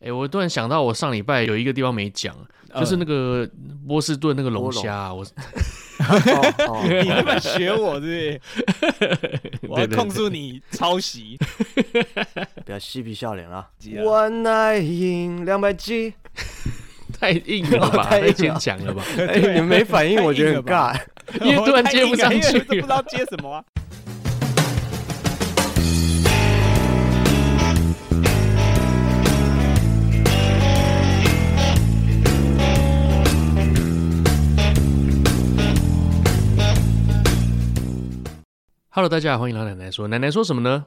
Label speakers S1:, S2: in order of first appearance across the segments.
S1: 哎，我突然想到，我上礼拜有一个地方没讲，啊就是
S2: 嗯
S1: 那个波士顿那个龙
S3: 波龙
S1: 虾 啊，我
S3: 哦哦
S2: 你 要不要学我？对不对？我
S1: 对
S2: 要
S1: 对
S2: 控诉你抄袭。
S3: 不要嬉皮笑脸啦
S2: 急啊！
S3: 万爱赢两百 斤，
S1: 太硬 了吧，
S3: 太硬
S1: 太
S3: 了
S1: 牵强了吧，
S3: 哎，你没反应，我觉得很尬。
S1: 因为突然接不上
S2: 因为
S1: 去
S2: 我都不知道接什么啊。
S1: Hello，大家好，欢迎来到奶奶说。奶奶说什么呢？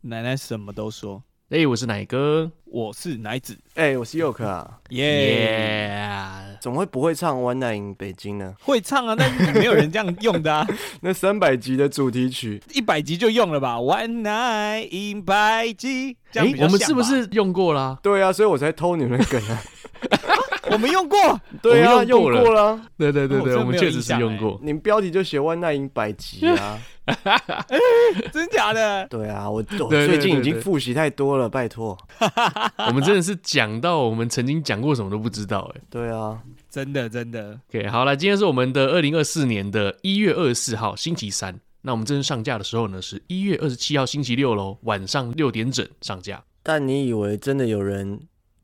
S2: 奶奶什么都说，
S1: 哎、我是奶哥，
S2: 我是奶子，
S3: 哎，我是佑可啊，
S2: 耶，
S1: 耶、
S3: 怎么会不会唱《万爱赢北京》呢？
S2: 会唱啊，但是没有人这样用的啊，
S3: 那三百集的主题曲，
S2: 一百集就用了吧，One Night in 百集，这样
S1: 哎、
S2: 比较
S1: 我们
S2: 像
S1: 是不
S2: 吧
S1: 是用过啦？
S3: 对啊，所以我才偷你们的梗啊。
S2: 我们用过？
S3: 对
S1: 我
S3: 啊，
S1: 们用
S3: 用
S1: 过了
S3: 过了，
S1: 对对 对
S2: 我
S1: 对，
S2: 真的
S1: 我们
S2: 没有
S1: 确实是
S2: 印象
S1: 用
S2: 哎
S1: 过。
S3: 你们标题就写万爱赢百集啊。
S2: 真假的？
S3: 对啊，我我
S1: 对对
S3: 最近已
S1: 对
S3: 经
S1: 对
S3: 复习太多了，拜托。
S2: 欸
S1: 我们真的是讲到我们曾经讲过什么都不知道哎、
S3: 对啊，
S2: 真的真的，
S1: OK，好了，今天是我们的二零二四年的一月二十四号星期三。那我们正式上架的时候呢，是一月二十七号星期六喽，晚上六点整上架。
S3: 但你以为真的有人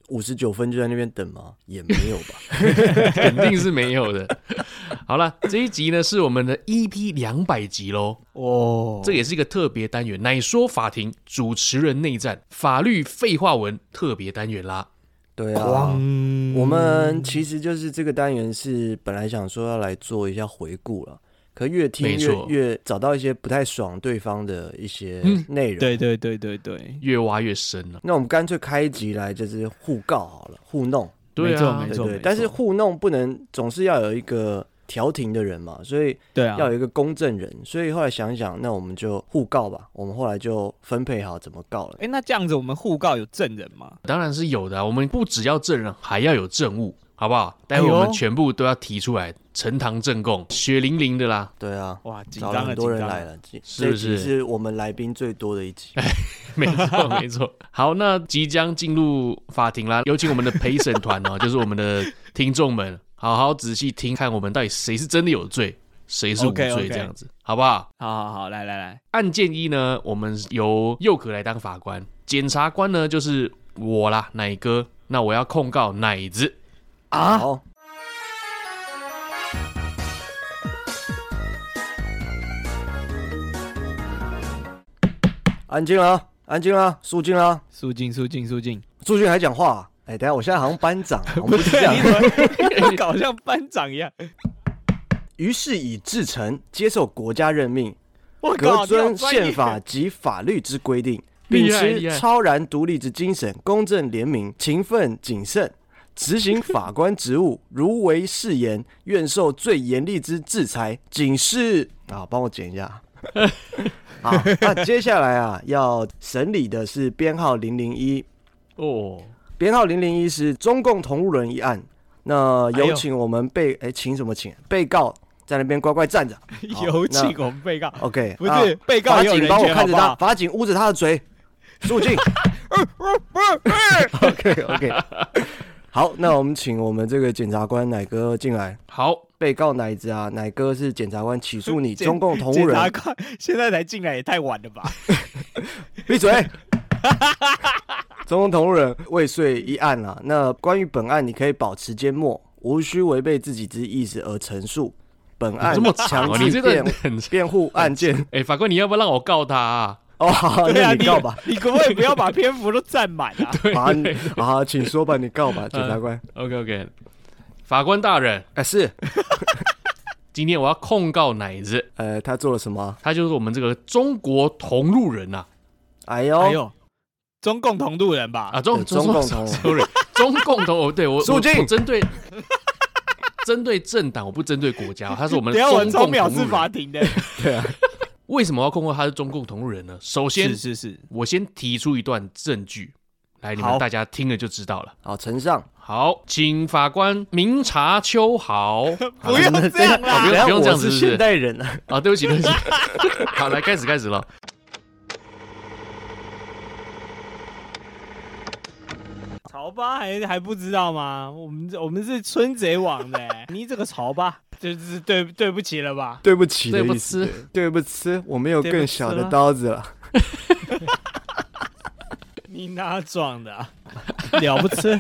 S3: 五十九分就在那边等吗？也没有 吧。
S1: 肯定是没有的。 好了，这一集呢是我们的 EP 两百集喽，
S2: 哦，
S1: 这也是一个特别单元，乃说法庭主持人内战法律废话文特别单元啦。
S3: 对啊，
S2: 嗯
S3: 我们其实就是这个单元是本来想说要来做一下回顾了，可越听
S1: 没错
S3: 越越找到一些不太爽对方的一些
S1: 嗯
S3: 内容。
S2: 对对对对对，
S1: 越挖越深啊了、
S3: 那我们干脆开一集来就是互告好了，互弄。
S1: 对啊
S2: 没
S3: 对
S2: 错
S3: 对，但是互弄不能总是要有一个调停的人嘛，所以
S2: 对啊，
S3: 要有一个公正人。所以后来想一想，那我们就互告吧。我们后来就分配好怎么告了。
S2: 哎，那这样子我们互告有证人吗？
S1: 当然是有的、啊。我们不只要证人，还要有证物，好不好？待会我
S2: 哎
S1: 们
S2: 呦
S1: 全部都要提出来，呈堂证供，血淋淋的啦。
S3: 对啊，
S2: 哇，哦紧
S3: 找
S2: 张
S3: 了
S2: 了，
S3: 很多人
S2: 紧张
S3: 来。了，这
S1: 是不
S3: 这集
S1: 是
S3: 是我们来宾最多的一集。
S1: 没错，没错。好，那即将进入法庭啦，有请我们的陪审团 哦，就是我们的听众们，好好仔细听，看我们到底谁是真的有罪，谁是无罪
S2: OK，OK
S1: 这样子好不好？
S2: 好好好，来来来，
S1: 案件一呢，我们由佑可来当法官，检察官呢就是我啦，奶哥。那我要控告奶子，
S2: 啊，
S3: 好，安静了，安静了，肃静了。
S2: 肃静肃静肃静，
S3: 肃静还讲话、啊？哎、等一下，我现在好像班长啊，我们不是这样
S2: 你。怎么搞像班长一 样？
S3: 于是以至诚接受国家任命，
S2: 我
S3: 格
S2: 靠，你好
S3: 遵
S2: 专业
S3: 宪法及法律之 规定，秉
S1: 厉害
S3: 持
S1: 厉害
S3: 超然独立之精神，公正廉明，勤奋谨慎，执行法官职务，如违誓言，愿受最严厉之制裁。警示啊，帮我剪一下。好，那接下来啊，要审理的是编号零零一，
S1: 哦，
S3: 编号零零一是中共同路人一案。那
S2: 哎
S3: 有
S2: 呦
S3: 请我们被哎、请什么请？被告在那边乖乖站着。好
S2: 有
S3: 那
S2: 请我们被告，
S3: OK，
S2: 不
S3: 啊
S2: 是被告
S3: 法
S2: 也有
S3: 警
S2: 人
S3: 帮我
S2: 权，好
S3: 看着
S2: 不
S3: 他，
S2: 好？
S3: 法警捂着他的嘴，肃静。OK OK，好，那我们请我们这个检察官奶哥进来。
S1: 好，
S3: 被告奶子啊，奶哥是检察官起诉你
S2: 检
S3: 中共同路
S2: 检察
S3: 人，
S2: 官现在才进来也太晚了吧？
S3: 闭嘴。中共同路人未遂一案啊，那关于本案，你可以保持缄默，无需违背自己之意思而陈述。本案
S1: 这么长
S3: 哎强
S1: 哦，你
S3: 制
S1: 这段
S3: 辩
S1: 很长，
S3: 辩护案件
S1: 哎、法官，你要不要让我告他、啊？
S3: 哦，好好
S2: 对
S3: 那
S2: 啊，
S3: 你告吧，
S2: 你可不可以不要把篇幅都占满 啊？
S3: 啊你啊，请说吧，你告吧，检察官。
S1: OK OK，法官大人，
S3: 哎、是，
S1: 今天我要控告奶子，
S3: 呃，他做了什么？
S1: 他就是我们这个中国同路人啊呐、
S3: 哎呦，
S2: 还有哦中共同路人吧？
S1: 啊，中
S3: 对中共同路
S1: sorry，中共同哦，对我
S3: 肃
S1: 我
S3: 静
S1: 我针对 针对政党，我不针对国家，他是我们
S2: 等一下我
S1: 中
S2: 超
S1: 共
S2: 藐
S1: 同
S2: 视
S1: 路
S2: 法
S1: 人。
S2: 庭的，
S1: 为什么要控告他是中共同路人呢？首 先，
S2: 是是，
S1: 我先提出一段证据来，你
S2: 好
S1: 们大家听了就知道了。
S3: 好，呈上。
S1: 好，请法官明察秋 毫。
S2: 不用这样啦
S1: 不用
S3: 等一下
S1: 不用这样子是不
S3: 我是
S1: 是
S3: 现代人啊。
S1: 啊，对不起， 对不起。好，来开始开始了。
S2: 潮爸还还不知道吗？我们我们是春贼网的、欸， 你这个潮爸，就是对对不起了吧？
S3: 对不起的
S1: 对不
S3: 意思
S1: 起，
S3: 对不起，我没有
S2: 对不
S3: 更
S2: 起
S3: 小的
S2: 啦
S3: 刀子了。
S2: 你哪撞的、 啊？了不 起，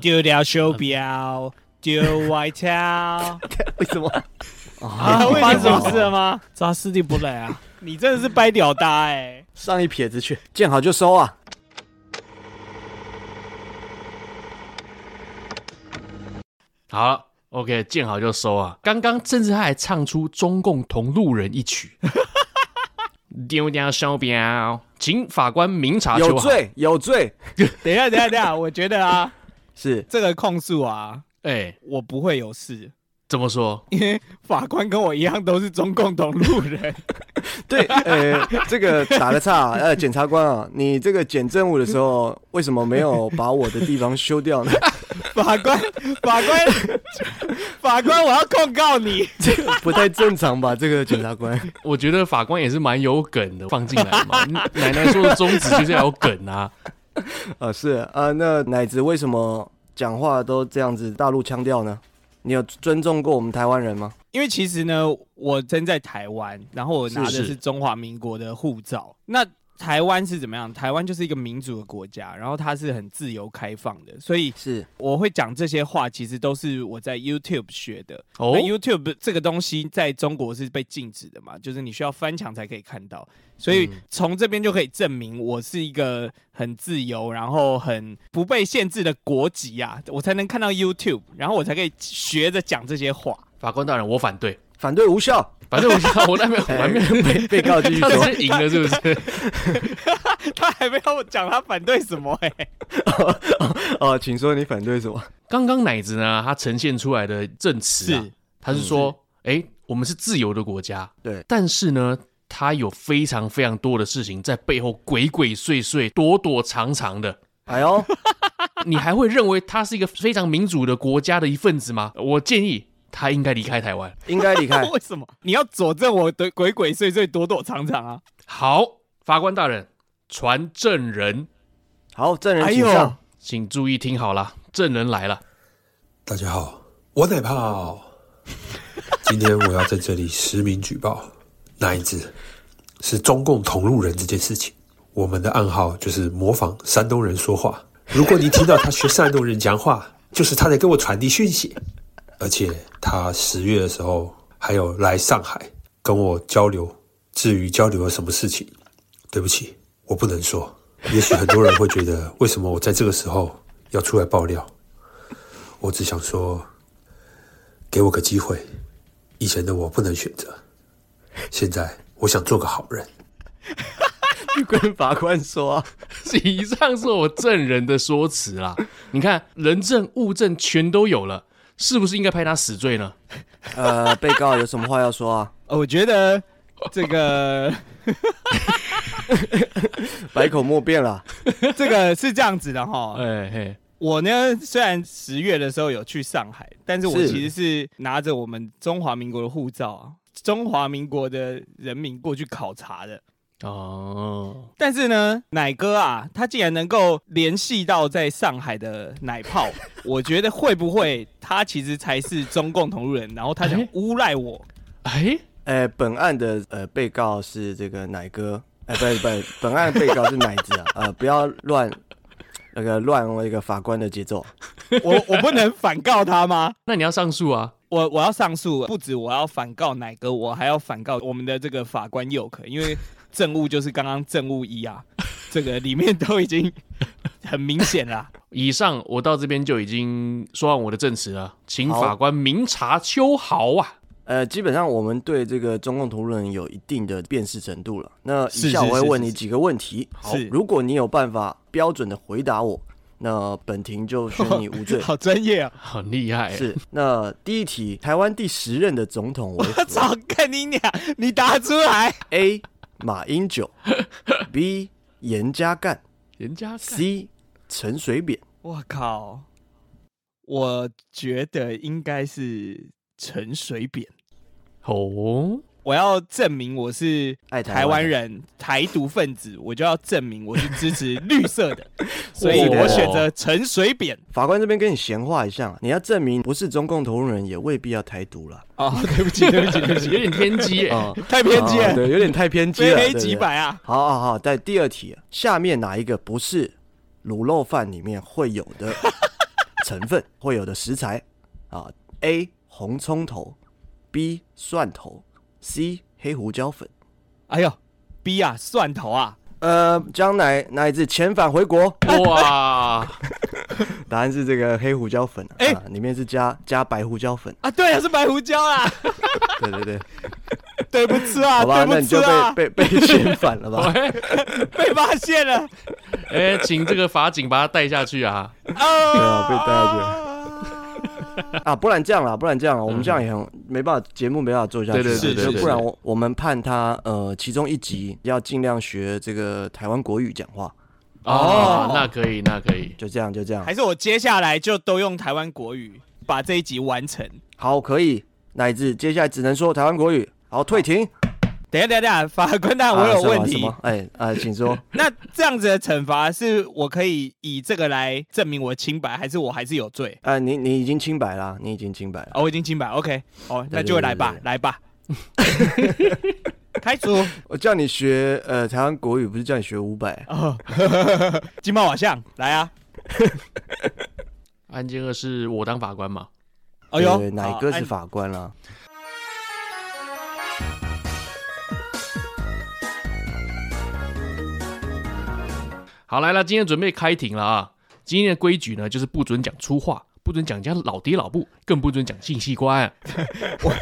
S2: 丢掉手表，丢外套
S3: 为什么？
S2: 啊！为你什 么事
S3: 哦
S2: 了吗？扎斯蒂不来啊！你真的是掰屌搭哎、
S3: 上一撇子去，见好就收啊！
S1: 好了，OK，见好就收啊！刚刚甚至他还唱出《中共同路人》一 曲，丢掉手表，请法官明察
S3: 有
S1: 秋毫。
S3: 罪，有罪，
S2: 等一下，等一下，等一下，我觉得啊，
S3: 是
S2: 这个控诉啊，
S1: 哎、
S2: 我不会有事，
S1: 怎么说？
S2: 因为法官跟我一样都是中共同路人。
S3: 对，呃，这个打个岔，呃，检察官啊，你这个检证物的时候，为什么没有把我的地方修掉呢？
S2: 法官，法官，法官，我要控告你！
S3: 这个不太正常吧？这个检察官，
S1: 我觉得法官也是蛮有梗的，放进来 嘛。奶奶说的宗旨就是要有梗啊。
S3: 啊，是啊、那奶子为什么讲话都这样子大陆腔调呢？你有尊重过我们台湾人吗？
S2: 因为其实呢，我真在台湾，然后我拿的
S1: 是是
S2: 是中华民国的护照。那台湾是怎么样？台湾就是一个民主的国家，然后它是很自由开放的，所以
S3: 是，
S2: 我会讲这些话，其实都是我在 YouTube 学的。
S1: 哦
S3: 哎
S2: 那 YouTube 这个东西在中国是被禁止的嘛，就是你需要翻墙才可以看到，所
S1: 嗯
S2: 以从这边就可以证明我是一个很自由，然后很不被限制的国籍啊，我才能看到 YouTube，然后我才可以学着讲这些话。
S1: 法官大人，我反对，
S3: 反对无效。
S1: 反正我知道我那边我还没有
S3: 被被告继续
S1: 他
S3: 说，
S1: 只是赢了，是不是？
S2: 他还没有讲他反对什么哎、。
S3: 哦，请说你反对什么？
S1: 刚刚奶子呢，他呈现出来的证词啊，他是说，
S3: 嗯
S1: 哎、我们是自由的国家，
S3: 对，
S1: 但是呢，他有非常非常多的事情在背后鬼鬼祟祟、躲躲藏藏的。
S3: 哎呦，
S1: 你还会认为他是一个非常民主的国家的一份子吗？我建议他应该离开台湾。
S3: 应该离开
S2: 为什么？你要佐证我的鬼鬼祟祟、躲躲藏藏啊？
S1: 好，法官大人，传证人，
S3: 好，证人
S2: 哎
S3: 请
S2: 呦
S3: 上。
S1: 请注意听好了，证人来了。
S4: 大家好，我奶泡。今天我要在这里实名举报，那一只是中共同路人这件事情。我们的暗号就是模仿山东人说话。如果你听到他学山东人讲话，就是他在跟我传递讯息。而且他十月的时候还有来上海跟我交流。至于交流了什么事情，对不起，我不能说。也许很多人会觉得，为什么我在这个时候要出来爆料？我只想说，给我个机会。以前的我不能选择，现在我想做个好人。
S3: 去跟法官说、啊，
S1: 以上是我证人的说辞啦。你看，人证物证全都有了，是不是应该判他死罪呢？
S3: 呃，被告有什么话要说啊？
S2: 呃我觉得这个。
S3: 百口莫辩了。
S2: 这个是这样子的哈，
S1: 哎嘿，
S2: 我呢虽然十月的时候有去上海，但是我
S3: 是
S2: 其实是拿着我们中华民国的护照啊，中华民国的人民过去考察的。
S1: 哦，
S2: 但是呢，奶哥啊，他竟然能够联系到在上海的奶泡，我觉得会不会他其实才是中共同路人，然后他想
S1: 哎
S2: 诬赖我？
S1: 哎，
S3: 呃，本案的呃被告是这个奶哥，哎、不不，本案被告是奶子啊，呃，不要乱那个乱那个法官的节奏。
S2: 我我不能反告他吗？
S1: 那你要上诉啊？
S2: 我我要上诉，不止我要反告奶哥，我还要反告我们的这个法官佑可，因为证物就是刚刚证物一啊，这个里面都已经很明显啦。
S1: 以上我到这边就已经说完我的证词了，请
S3: 好
S1: 法官明察秋毫啊！
S3: 呃，基本上我们对这个中共同路人有一定的辨识程度了。那以
S2: 是
S3: 下
S2: 是
S3: 我会
S2: 是
S3: 问
S2: 是
S3: 你
S2: 是
S3: 几个问题，
S2: 是
S3: 如果你有办法标准的回答我，那本庭就宣你无罪。
S2: 好专业啊！
S1: 很厉害欸，
S3: 是，那第一题，台湾第十任的总统为何
S2: 操，看你俩，你答出来，
S3: ？A. 马英九，B. 严家淦
S1: 人家干
S3: ，C. 陈水扁。
S2: 我靠！我觉得应该是陈水扁，
S1: 哦，
S2: 我要证明我是
S3: 爱
S2: 台
S3: 台
S2: 湾
S3: 湾
S2: 人、台独分子， 我就要证明我是支持绿色 的，所以
S3: 是的
S2: 我选择陈水扁。
S3: 法官这边跟你闲话一下，你要证明不是中共同路人，也未必要台独 了。
S2: 哦，对不起，对不起，对不
S1: 有
S2: 起，
S1: 点天机耶、
S3: 哦
S2: 太偏激
S3: 哦
S2: 了，
S3: 对，有点太偏激
S2: 非
S3: 了，
S2: 黑
S3: 对
S2: 即。
S3: 对对
S2: 白啊！
S3: 好好好，在第二题，下面哪一个不是卤肉饭里面会有的 成分、会有的食材啊？A. 红葱头，B. 蒜头，C. 黑胡椒粉。
S2: 哎呦，B 啊，蒜头啊，
S3: 呃，将来那一次遣返回国，
S1: 哇，
S3: 答案是这个黑胡椒粉，
S2: 哎
S3: 啊，里面是加加白胡
S2: 。
S3: 椒粉
S2: 啊，对啊，是白胡椒 啦，
S3: 对对对，
S2: 对不起啊，
S3: 好吧，
S2: 对
S3: 那
S2: 不
S3: 你
S2: 起
S3: 就
S2: 啊，
S3: 被被被遣返 了吧？
S1: 哎、
S2: 被发现 了，
S1: 哎请这个法警把他带下去啊！
S2: 哦
S3: 对啊，被带下去了。
S2: 啊，
S3: 啊，不然这样啦，不然这样啦，我们这样也很没办法，节目没办法做下去啦。
S1: 对
S2: 嗯对对
S3: 就
S2: 对
S3: 不然
S1: 对
S3: 我我们判他呃，其中一集要尽量学这个台湾国语讲话，
S1: 哦，那可以，那可以，
S3: 就这样，就这样。
S2: 还是我接下来就都用台湾国语把这一集完成。
S3: 好，可以。乃至接下来只能说台湾国语。好，退庭。
S2: 等一下，等一下，等一下，法官大人，
S3: 啊
S2: 我有
S3: 什么
S2: 问
S3: 什
S2: 题。
S3: 么？哎哎，请说。
S2: 那这样子的惩罚是我可以以这个来证明我清白，还是我还是有罪？
S3: 哎，你你已经清白啦，你已经清白了。
S2: 哦，我已经清白，OK，哦，那
S3: 对对
S2: 就来吧
S3: 对对，对
S2: 来吧，开除
S3: 我叫你学呃台湾国语，不是叫你学啊五百。
S2: 哦，金茂瓦像来啊，
S1: 案件二是我当法官嘛？
S2: 哎呦哎
S3: 对，哪个是？法官啊啦？
S1: 好，来了，今天准备开庭了啊！今天的规矩呢，就是不准讲粗话，不准讲人家老爹老布，更不准讲性器官。
S2: 好哎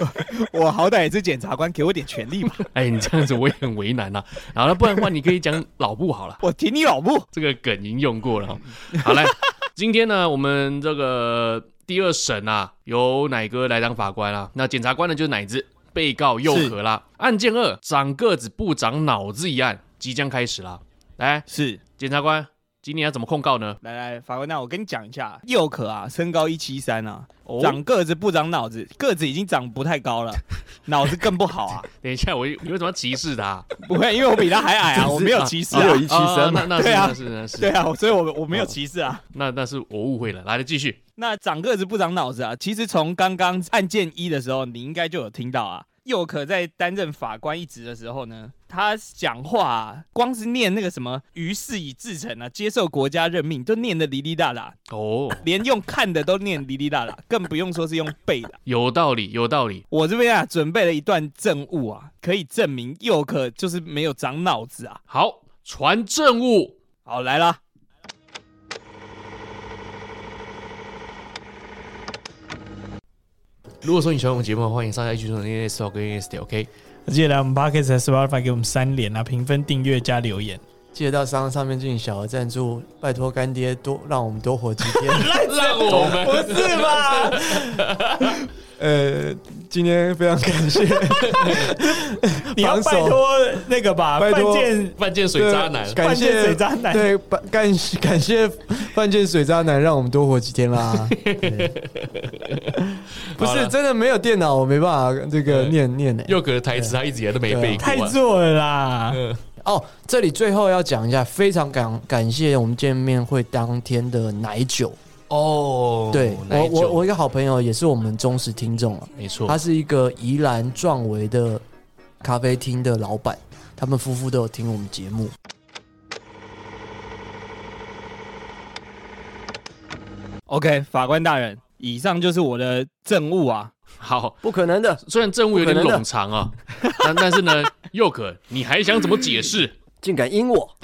S2: 我好歹也是检察官，给我点权利 吧，
S1: 哎，你这样子我也很为难呐、啊。好了，不然的话，你可以讲老布好了。
S2: 我挺你老母。
S1: 这个梗已经用过了哦。好来，今天呢，我们这个第二审啊，由奶哥来当法官啊，那检察官呢就是奶子，被告佑和啦。案件二，长个子不长脑子一案即将开始啦。来，
S2: 是，
S1: 检察官，今天要怎么控告呢？
S2: 来来，法官，那我跟你讲一下，佑可啊，身高一七三啊，
S1: 哦
S2: 长个子不长脑子，个子已经长不太高 了，脑子更不好啊。
S1: 等一下，我你为什么要歧视啊他？
S2: 不会，因为我比他还矮啊，我没有 歧视
S3: 只有
S2: 啊。
S3: 一七三
S1: 那
S3: 嘛。
S1: 那是
S2: 对啊
S1: 那是那
S2: 对
S1: 是
S2: 啊，所以我我没有歧视啊。
S1: 那那是我误会了。来，继续。
S2: 那长个子不长脑子啊，其实从刚刚案件一的时候，你应该就有听到啊。佑可在担任法官一职的时候呢，他讲话、啊、光是念那个什么“于事以至诚”啊，接受国家任命，都念得哩哩啦啦，
S1: 哦，
S2: 连用看的都念哩哩啦啦，更不用说是用背的啊。
S1: 有道理，有道理。
S2: 我这边啊，准备了一段证物啊，可以证明佑可就是没有长脑子啊。
S1: 好，传证物。
S2: 好，来啦，
S1: 如果说你喜欢我们节目，欢迎上下一群的 N S Talk N S OK。
S5: 记得来我们 Pocket 和 Spotify 给我们三连啊，评分、订阅加留言。
S6: 记得到商上面进行小额赞助，拜托干爹多让我们多活几 天。
S1: 让我们
S6: 不是吧？呃，今天非常感谢，
S5: 你要
S6: 防守
S5: 拜托那个吧，
S6: 拜托
S5: 犯贱
S1: 犯贱水渣男
S6: 对。感
S5: 犯
S6: 谢
S5: 贱水渣男
S6: 对，感感谢感谢犯贱水渣男，让我们多活几天啦。对不
S1: 好了
S6: 是真的没有电脑，我没办法这个
S1: 对
S6: 念念欸呢、
S1: 佑可的台词他一直以来都没背过、
S5: 太
S1: 啊。
S5: 弱了啦！
S6: 哦，这里最后要讲一下，非常感感谢我们见面会当天的奶酒。
S1: 哦，
S6: 对
S1: 奶
S6: 我
S1: 酒
S6: 我我一个好朋友也是我们忠实听众啊，
S1: 没错
S6: 他，是一个宜兰壮维的咖啡厅的老板，他们夫妇都有听我们节目。
S2: OK，法官大人，以上就是我的证物啊。
S1: 好，
S3: 不可能的，
S1: 虽然政务有点
S3: 不可能
S1: 冗
S3: 的
S1: 长啊，但 但是呢，佑可，你还想怎么解释？
S3: 竟敢阴 我。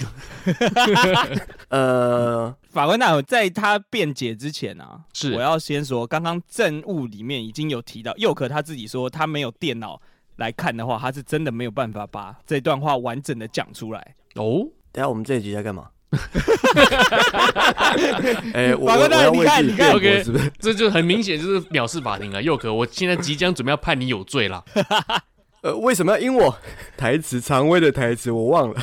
S3: 呃，
S2: 法官大人在他辩解之前啊，
S1: 是
S2: 我要先说，刚刚证物里面已经有提到，佑可他自己说他没有电脑来看的话，他是真的没有办法把这段话完整的讲出来。
S1: 哦，
S3: 等一下我们这一集在干 嘛？哎、我
S2: 法官
S3: 我
S2: 大
S3: 我
S2: 人
S3: 要
S2: 你
S3: 为
S2: 看
S3: 自己
S2: 你看
S3: 辩驳
S1: OK
S3: 是不是？
S1: 这就很明显就是藐视法庭了。佑可，我现在即将准备要判你有罪了。
S3: 呃，为什么要阴我？台词常威的台词我忘了。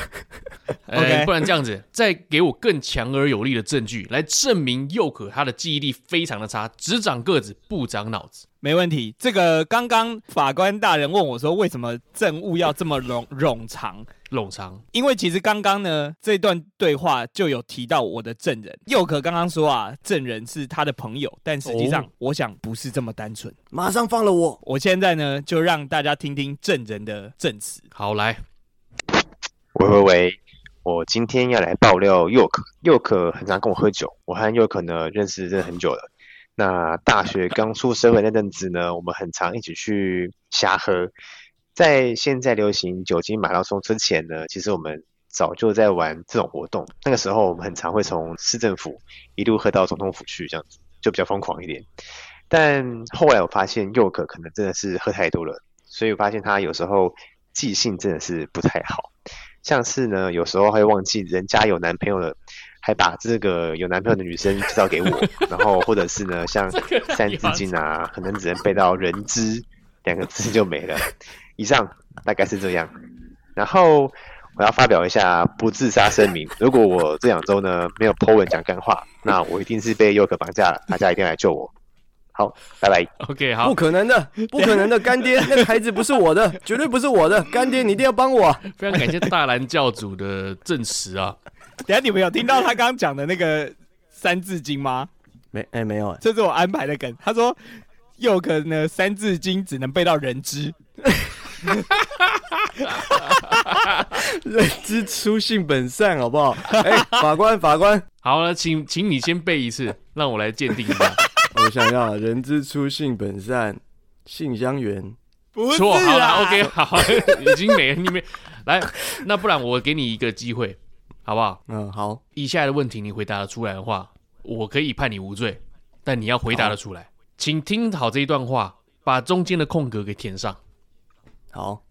S1: 哎
S2: OK
S1: 不然这样子，再给我更强而有力的证据来证明佑可他的记忆力非常的差，只长个子不长脑子。
S2: 没问题。这个刚刚法官大人问我说，为什么政务要这么冗冗长？
S1: 冗长，
S2: 因为其实刚刚呢这段对话就有提到我的证人佑可刚刚说啊，证人是他的朋友，但实际上我想不是这么单纯。
S3: 马上放了我。
S2: 我现在呢就让大家听听证人的证词。
S1: 好来，
S7: 喂喂喂，我今天要来爆料佑可。佑可很常跟我喝酒，我和佑可呢认识真的很久了。那大学刚出社会那阵子呢，我们很常一起去瞎喝。在现在流行酒精马拉松之前呢，其实我们早就在玩这种活动。那个时候我们很常会从市政府一路喝到总统府去，这样子就比较疯狂一点。但后来我发现佑可可能真的是喝太多了，所以我发现他有时候记性真的是不太好。像是呢，有时候会忘记人家有男朋友了，还把这个有男朋友的女生介绍给我，然后或者是呢，像三字经啊，可能只能背到人之两个字就没了。以上大概是这样。然后我要发表一下不自杀声明：如果我这两周呢没有 po 文讲干话，那我一定是被佑可绑架了，大家一定来救我。好，拜拜。
S1: OK，好
S3: 不，可 能的，不可能的，干爹，那个孩子不是我的，绝对不 是我的，干爹，你一定要帮我啊。
S1: 非常感谢大蓝教主的证词啊，
S2: 等一下你们有听到他刚刚讲的那个《三字经》吗？
S3: 没，哎、没有、哎，
S2: 这是我安排的梗。他说佑可呢《三字经》只能背到人知，
S3: 认知初性本善，好 不好？哎、法官，法官，
S1: 好了，请请你先背一次， 让我来鉴定一下。
S3: 我想要人之初性本善，性相远。
S2: 不是
S1: 错，好
S2: 啦
S1: 了，OK，好，已经没了，你没来，那不然我给你一个机会，好不好？
S3: 嗯，好，
S1: 以下的问题你回答得出来的话，我可以判你无罪，但你要回答得出来。请听好这一段话，把中间的空格给填上。
S3: 好，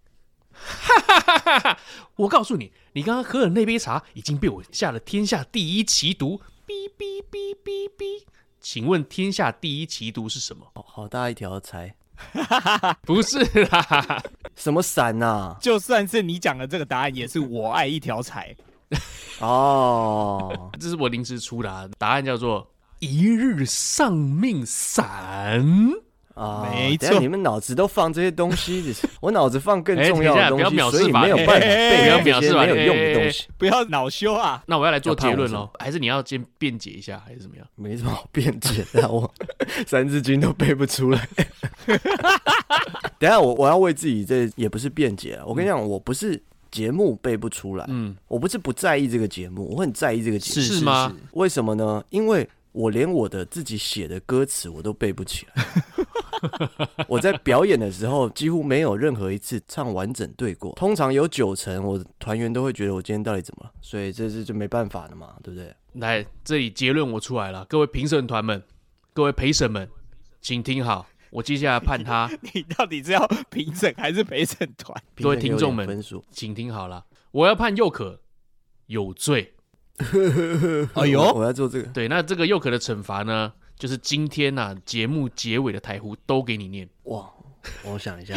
S1: 我告诉你，你刚刚喝的那杯茶已经被我下了天下第一奇毒。哔哔哔哔哔，请问天下第一奇毒是什么？
S3: 好好大一条柴，
S1: 不是啦，
S3: 什么啊伞呐、
S2: 就算是你讲的这个答案，也是我爱一条柴。
S3: 哦，
S1: 这是我临时出的、啊，答案叫做一日丧命散。
S3: 啊，
S2: 没
S3: 等一下
S2: 错
S3: 你们脑子都放这些东西， 我脑子放更
S1: 哎
S3: 重要的
S1: 等一下
S3: 东
S1: 不要藐视
S3: 西，所以
S1: 法
S3: 没有
S1: 哎
S3: 办法
S2: 哎
S3: 背
S1: 哎
S3: 这
S1: 哎
S3: 些
S1: 不要藐视法
S3: 没有用的
S1: 哎哎哎
S3: 东西，
S2: 不要恼羞啊！
S1: 那我要来做结论
S3: 要判我
S1: 喽，还是你要先辩解一下，还是怎么样？
S3: 没什么好辩解的，我 三字经都背不出来。 等一下我我要为自己这也不是辩解啊了，我跟你讲，我不是节目背不出来，
S1: 嗯，
S3: 我不是不在意这个节目，我很在意这个节目。
S1: 是吗？
S3: 为什么呢？因为我连我的自己写的歌词我都背不起 来。我在表演的时候几乎没有任何一次唱完整对过，通常有九成我团员都会觉得我今天到底怎么了，所以这是就没办法的嘛，对不对？
S1: 来，这里结论我出来了，各位评审团们，各位陪审们，请听好，我接下来判 他，
S2: 你到底是要评审还是陪审团？
S1: 各位听众
S3: 评论有点分
S1: 们，
S3: 数
S1: 请听好了，我要判佑可有罪。
S2: 哎
S3: 我
S2: 呦，
S3: 我要做这个，
S1: 对，那这个佑可的惩罚呢，就是今天呐、节目结尾的台呼都给你念。
S3: 哇，我想一下，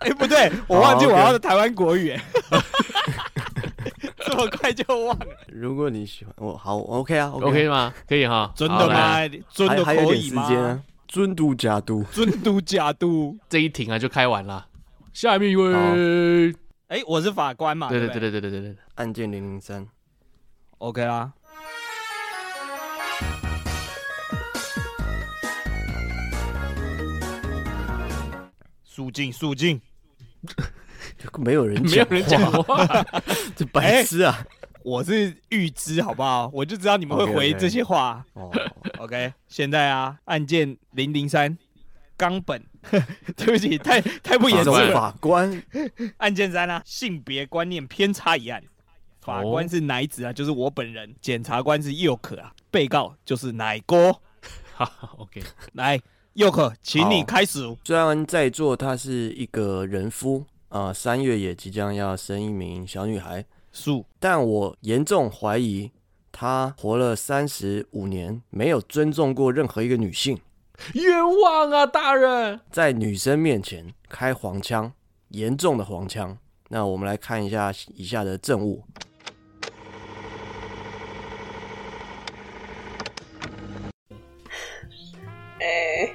S2: 哎、不对，我忘记
S3: 好
S2: 我
S3: ，OK
S2: 要的台湾国语、哎 这么快就忘了？
S3: 如果你喜欢我，好，OK 啊
S1: OK 吗？可以哈，
S2: 真
S1: 好
S2: 的
S1: 来
S2: 吗？真
S3: 还
S2: 的
S3: 还有
S2: 可
S3: 点
S2: 以
S3: 时
S2: 吗？
S3: 间啊，尊嘟假嘟，
S2: 尊嘟假嘟。
S1: 这一庭啊就开完了。下面一位，
S2: 哎、我是法官嘛？
S1: 对对
S2: 不
S1: 啊对对对对对对，
S3: 案件零零三，
S2: ，OK 啊啦。肃静，肃静！
S3: 没有人
S1: 没 有
S3: 讲，
S1: 人讲话，
S3: 这
S2: 哎
S3: 白痴啊！
S2: 我是预知，好不好？我就知道你们会
S3: OK，OK
S2: 回这些话。
S3: 哦，
S2: OK，现在啊，案件零零三，冈本， 对不起，太太不严
S3: 法
S2: 肃
S1: 官
S3: 官，
S2: 了。
S3: 法官，
S2: 案件三啊，性别观念偏差一
S1: 哦
S2: 案，法官是奶子啊，就是我本人，检察官是佑可啊，被告就是奶哥。
S1: 好，OK，
S2: 来，佑可，请你
S3: 好
S2: 开始。
S3: 虽然在座她是一个人夫啊，呃三、月也即将要生一名小女孩，
S2: 数
S3: 但我严重怀疑她活了三十五年，没有尊重过任何一个女性，
S1: 冤枉啊，大人！
S3: 在女生面前开黄腔，严重的黄腔。那我们来看一下以下的证物。哎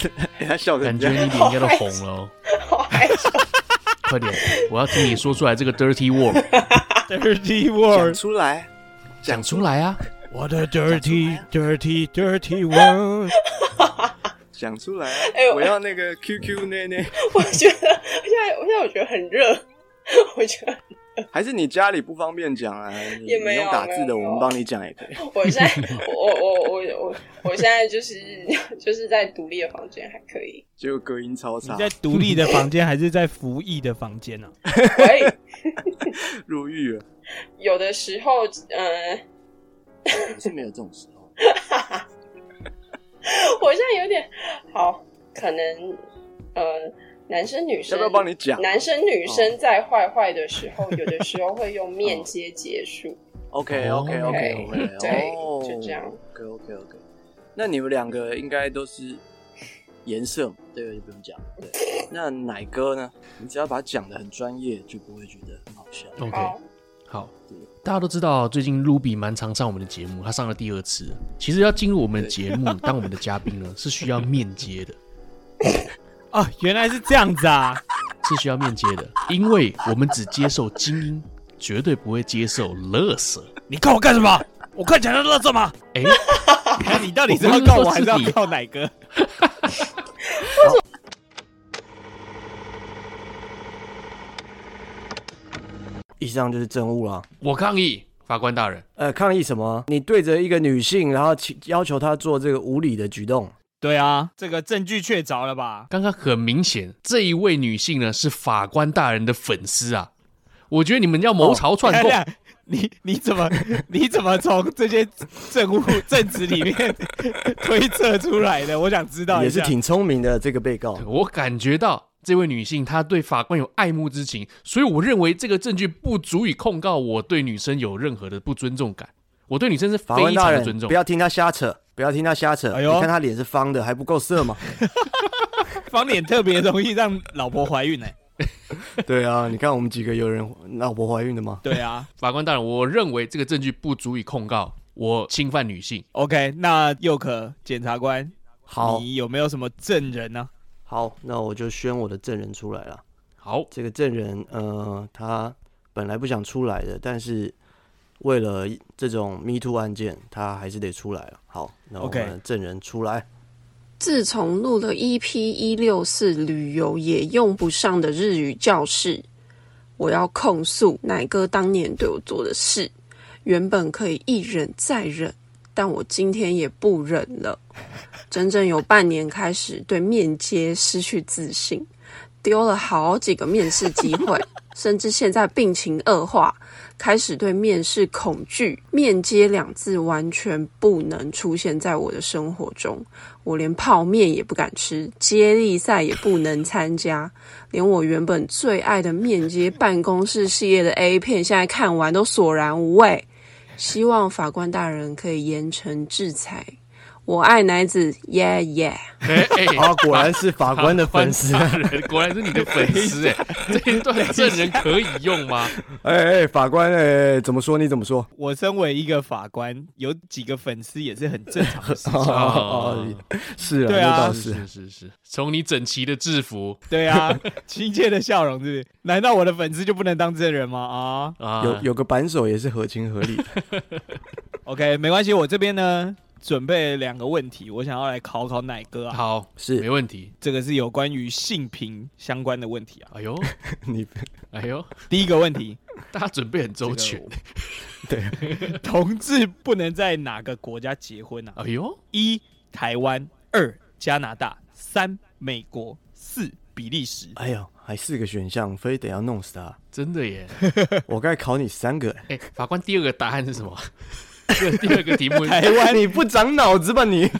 S3: 他笑
S1: 感
S3: 成
S1: 觉
S3: 这
S1: 你
S3: 样，
S1: 脸应该都红了哦。
S8: 好害羞，
S1: 快点，我要听你说出来这个 dirty word，
S2: Dirty
S3: 讲
S2: word，
S3: 出来，
S1: 讲出来啊！
S5: 我的 dirty dirty dirty one，
S3: 讲出来啊
S8: 哎！我
S3: 我要那个 QQ 内内，
S8: 我觉得现在我现在我觉得很热，我觉得
S3: 还是你家里不方便讲啊？你
S8: 也没有
S3: 你用打字
S8: 没有
S3: 的，我们帮你讲也可以。
S8: 我现 在我我我我我现在就是就是在独立的房间还可以，
S3: 结果隔音超差
S5: 你，在独立的房间还是在服役的房间呢、啊？
S8: 喂，
S3: 入狱了，
S8: 有的时候嗯。
S3: 我是没有这种时候。
S8: 我现在有点好，可能呃，男生女生
S3: 要不要帮你讲哦
S8: 男生女生在坏坏的时候，有的时候会 用面接结束。
S3: OK OK OK，
S8: 对
S3: 我们
S8: 对
S3: 哦，
S8: 就这样。
S3: OK OK OK，那你们两个应该都是颜色嘛，这个就不用讲。对，那奶哥呢？你只要把它讲的很专业，就不会觉得很好笑。
S5: 哦
S1: OK，
S8: 好，
S1: 好，大家都知道最近 Ruby 蛮常上我们的节目，他上了第二次了。其实要进入我们的节 目当我们的嘉宾呢，是需要面接的，
S2: 哦，原来是这样子啊！
S1: 是需要面接的，因为我们只接受精英，绝对不会接受乐色。
S5: 你看我干什么？我看起来是垃圾吗？
S1: 哎、
S2: 那你到底是要告我还是要告奶哥？
S3: 以上就是政务啦。
S1: 我抗议，法官大人，
S3: 呃，抗议什么？你对着一个女性，然后请要求她做这个无理的举动，
S2: 对啊，这个证据确凿了吧？
S1: 刚刚很明显，这一位女性呢是法官大人的粉丝啊。我觉得你们要
S3: 哦
S1: 谋朝篡
S2: 等一
S1: 共，
S3: 哎
S2: 下哎你你怎么 你怎么从这些证物证词里面推测出来的？我想知道一
S3: 也是
S2: 下。
S3: 挺聪明的这个被告。
S1: 我感觉到这位女性她对法官有爱慕之情，所以我认为这个证据不足以控告我对女生有任何的不尊重感。我对女生是
S3: 法官
S1: 非
S3: 大
S1: 常的尊
S3: 人，
S1: 重
S3: 不。要听他瞎扯，不要听他瞎扯。
S2: 哎呦
S3: 你看他脸是方的，还不够色 吗？
S2: 方脸特别容易让老婆怀孕哎、
S3: 对啊，你看我们几个有人老婆怀孕的吗？
S2: 对啊
S1: 法官大人，我认为这个证据不足以控告我侵犯女性。
S2: ，OK，那又可检察官，
S3: 好
S2: 你有没有什么证人呢、
S3: 好，那我就宣我的证人出来了。
S1: 好，
S3: 这个证人，呃，他本来不想出来的，但是为了这种 Me Too 案件，他还是得出来了。好，那我
S2: OK
S3: 们证人 出来。
S9: 自从录了 EP 一六四旅游也用不上的日语教室，我要控诉奶哥当年对我做的事。原本可以一忍再忍，但我今天也不忍了。整整有半年开始对面接失去自信，丢了好几个面试机会，甚至现在病情恶化，开始对面试恐惧。面接两字完全不能出现在我的生活中。我连泡面也不敢吃，接力赛也不能参加，连我原本最爱的面接办公室系列的 A 片，现在看完都索然无味。希望法官大人可以严惩制裁。我爱奶子，耶耶！
S1: 哎哎，
S3: 啊，果然是法官的粉丝。
S1: 法官大人，果然是你的粉丝 哎、这一段证人可以用吗？
S3: 哎哎，法官，哎，怎么说？你怎么说？
S2: 我身为一个法官，有几个粉丝也是很正常的事情。
S1: 哦
S3: 哦，是啊，
S2: 对
S3: 这
S2: 啊
S3: 倒
S1: 是
S3: 是。
S1: 是是是，从你整齐的制服
S2: 对啊，亲切的笑容是不是？难道我的粉丝就不能当证人吗？啊、
S1: 啊，
S3: 有有个扳手也是合情合理的。
S2: OK，没关系，我这边呢准备两个问题，我想要来考考奶哥啊。
S1: 好 没
S3: 是
S1: 问题。
S2: 这个是有关于性平相关的问题啊。
S1: 哎 呦
S3: 你
S1: 哎呦，
S2: 第一个问题，
S1: 大家准备很周 全。
S2: 同志不能在哪个国家结婚啊？
S1: 哎呦，
S2: 一台湾，二加拿大，三美国，四比利时。
S3: 哎呦，还四个选项，非得要弄死他。
S1: 真的耶！
S3: 我该考你三个。哎
S1: 哎、法官，第二个答案是什么？ 这个第二个题目，
S2: 台湾、
S3: 你不长脑子吧你？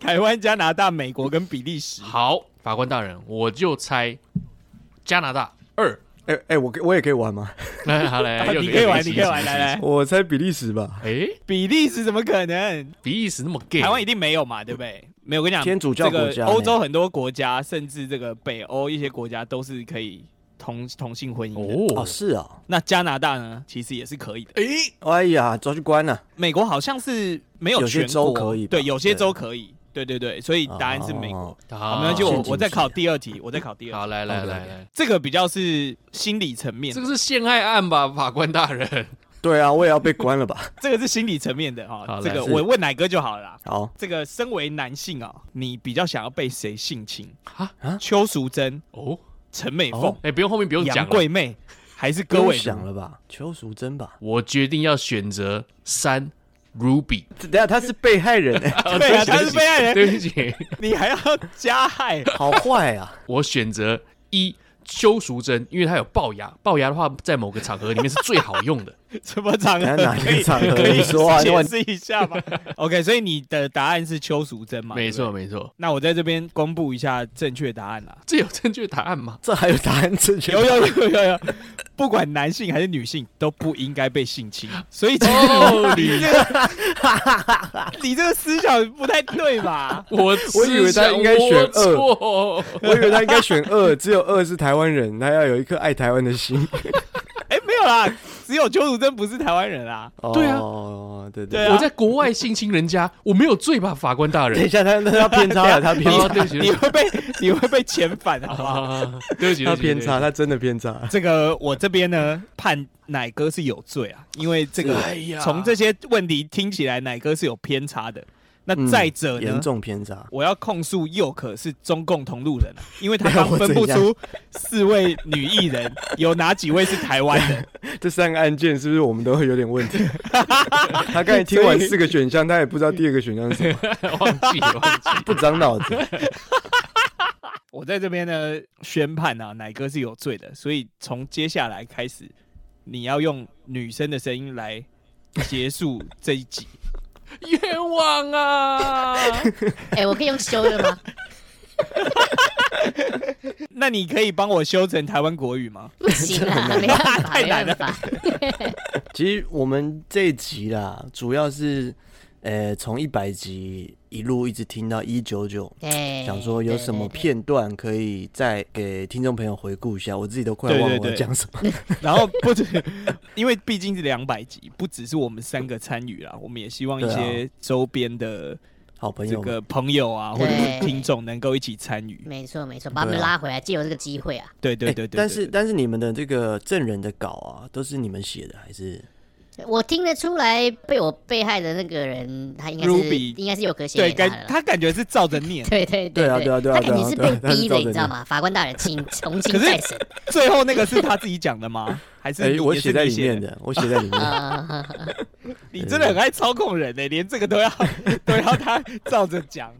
S2: 台湾、加拿大、美国跟比利 时。
S1: 好，法官大人，我就猜加拿大二。
S3: 哎哎，我可我也可以玩吗？
S1: 来，好来，
S2: 啊
S1: 来哎又
S2: 你可以玩，
S1: 一起
S2: 你可以
S1: 一
S2: 玩，
S1: 起
S2: 来来。
S3: 我猜比利时吧。
S1: 一起哎、
S2: 比利时怎么可能？
S1: 比利时那么 gay，
S2: 台湾一定没有嘛，对不对？没有，我跟你讲，
S3: 天主教国
S2: 这
S3: 家
S2: 个欧洲很多国家，甚至这个北欧一些国家都是可以同同性婚姻的。
S1: 哦
S3: 哦，，是啊。
S2: 那加拿大呢，其实也是可以的。
S1: 哎、
S3: 哎呀，抓去关了。
S2: 美国好像是没有
S3: 有
S2: 全
S3: 些
S2: 国
S3: 州可以吧
S2: 对，有些
S3: 对
S2: 州可以。对对对，所以答案是美国。
S3: 哦
S1: 好
S2: 好，没关系，我
S3: 陷阱
S2: 我再
S3: 题
S2: 考第二题，我再考第二
S1: 好
S2: 题。
S1: 来来
S3: OK，OK
S1: 来来，
S2: 这个比较是心理层面
S1: 这，个是陷害案吧，法官大人？
S3: 对啊，我也要被关了 吧？
S2: 这个是心理层面的哈。
S1: 好
S2: 这
S1: 来
S2: 个
S3: 是
S2: 我问奶哥就好了啦。
S3: 好，
S2: 这个身为男性啊、你比较想要被谁性侵
S1: 啊
S3: 啊
S2: 邱淑贞、
S1: 哦，
S2: 陈美凤、
S3: 哦
S1: 哎，不用后面不用
S2: 杨
S1: 讲
S2: 贵
S1: 了，
S2: 妹，还是
S3: 各
S2: 各
S3: 位
S2: 位
S3: 想了吧？邱淑贞吧？
S1: 我决定要选择三 Ruby。
S3: 这等一下他是被害人、欸，
S2: 对 啊，他是被害人，
S1: 对不起，
S2: 你还要加害，
S3: 好坏啊！
S1: 我选择一邱淑贞，因为她有龅牙，龅牙的话在某个场合里面是最好用 的。
S2: 什么场合
S3: 等一下哪一
S2: 可
S3: 个
S2: 以
S3: 场合
S2: 可以
S3: 你说啊
S2: 解释一下 吗？OK，所以你的答案是邱淑贞嘛？
S1: 没
S2: 对
S1: 错
S2: 不对。
S1: 没错，
S2: 那我在这边公布一下正确答案啦。
S1: 这有正确答案 吗？
S3: 这还有答案正确？
S2: 有有有有 有，不管男性还是女性都不应该被性侵，所以这
S1: 哦
S2: 个你这个 你这个思想不太对吧？
S1: 我
S3: 我以为她应该选
S1: 我错
S3: 我以为他应该选二，只有二是台湾人，他要有一颗爱台湾的 心。
S2: 哎、没有啦，只有邱淑贞不是台湾人啊。
S1: 对啊
S3: 哦，对
S2: 对啊
S1: 我在国外性侵人家，我没有罪吧，法官大
S3: 等一
S1: 人？
S3: 下，他那他偏差了，他偏
S1: 哦，
S3: 差，
S1: 对不起，
S2: 你
S1: 对不起
S2: 会被你会被遣返，好不好？
S1: 啊，对不起，对
S3: 他
S1: 不起
S3: 偏差，。他真的偏差。
S2: 这个我这边呢判奶哥是有罪啊，因为这
S1: 对不
S2: 个
S1: 起哎呀，
S2: 从这些问题听起来奶哥是有偏差的。那
S3: 嗯
S2: 再者呢
S3: 严，重偏差，
S2: 我要控诉佑可是中共同路人啊，因 为他
S3: 没有
S2: 刚分
S3: 我
S2: 不
S3: 怎样
S2: 出四位女艺人有哪几位是台湾人。
S3: 这三个案件是不是我们都会有点 问题？他刚才听完四个选项，他也不知道第二个选项是什么，
S1: 忘记了忘 记了，
S3: 不长脑子。
S2: 我在这边呢宣判啊，奶哥是有罪的，所以从接下来开始，你要用女生的声音来结束这一集。
S1: 冤枉啊！
S10: 哎、我可以用修 的吗？
S2: 那你可以帮我修成台湾国语吗？
S10: 不行啦，没办法，
S2: 太
S10: 没
S2: 难了
S10: 办法。
S3: 其实我们这一集啦，主要是，呃，从一百集一路一直听到一九九，
S10: 哎，
S3: 想说有什么片段可以再给听众朋友回顾一下，我自己都快忘
S2: 对对
S3: 了我
S2: 对
S3: 讲什么。
S2: 然后不止， 因为毕竟是两百集，不只是我们三个参与啦，我们也希望一
S3: 对
S2: 些周边的
S3: 好朋
S2: 这
S3: 友们，
S2: 个朋友啊，或
S10: 对
S2: 者是听众能够一起参与。
S10: 没错没错，把他们
S3: 对啊
S10: 拉回来，借由这个机会啊，
S2: 对对
S3: 哎
S2: 对对，
S3: 但
S2: 对
S3: 是
S2: 对
S3: 但是你们的这个证人的稿啊，都是你们写的还是？
S10: 我听得出来被我被害的那个人，他应该是
S2: Ruby
S10: 应该是有可写
S2: 对
S10: 给他的
S2: 感
S10: 啦。，
S2: 他感觉是照着念
S10: 对对
S3: 对啊对啊对啊
S10: 他肯
S3: 对啊
S10: 定是
S3: 对
S10: 被
S3: 啊他是照
S10: 逼的，
S3: 着
S10: 你知道
S3: 念
S10: 吗？法官大人， 请重新
S2: 可是
S10: 再审。
S2: 最后那个是他自己讲的吗？还是
S3: 哎，
S2: 你
S3: 我
S2: 也
S3: 写
S2: 是
S3: 在
S2: 你
S3: 里
S2: 写
S3: 面？的，我嗯写在 里面。
S10: 啊，
S2: 你真的很爱操控人呢、连这个 都要都要他照着讲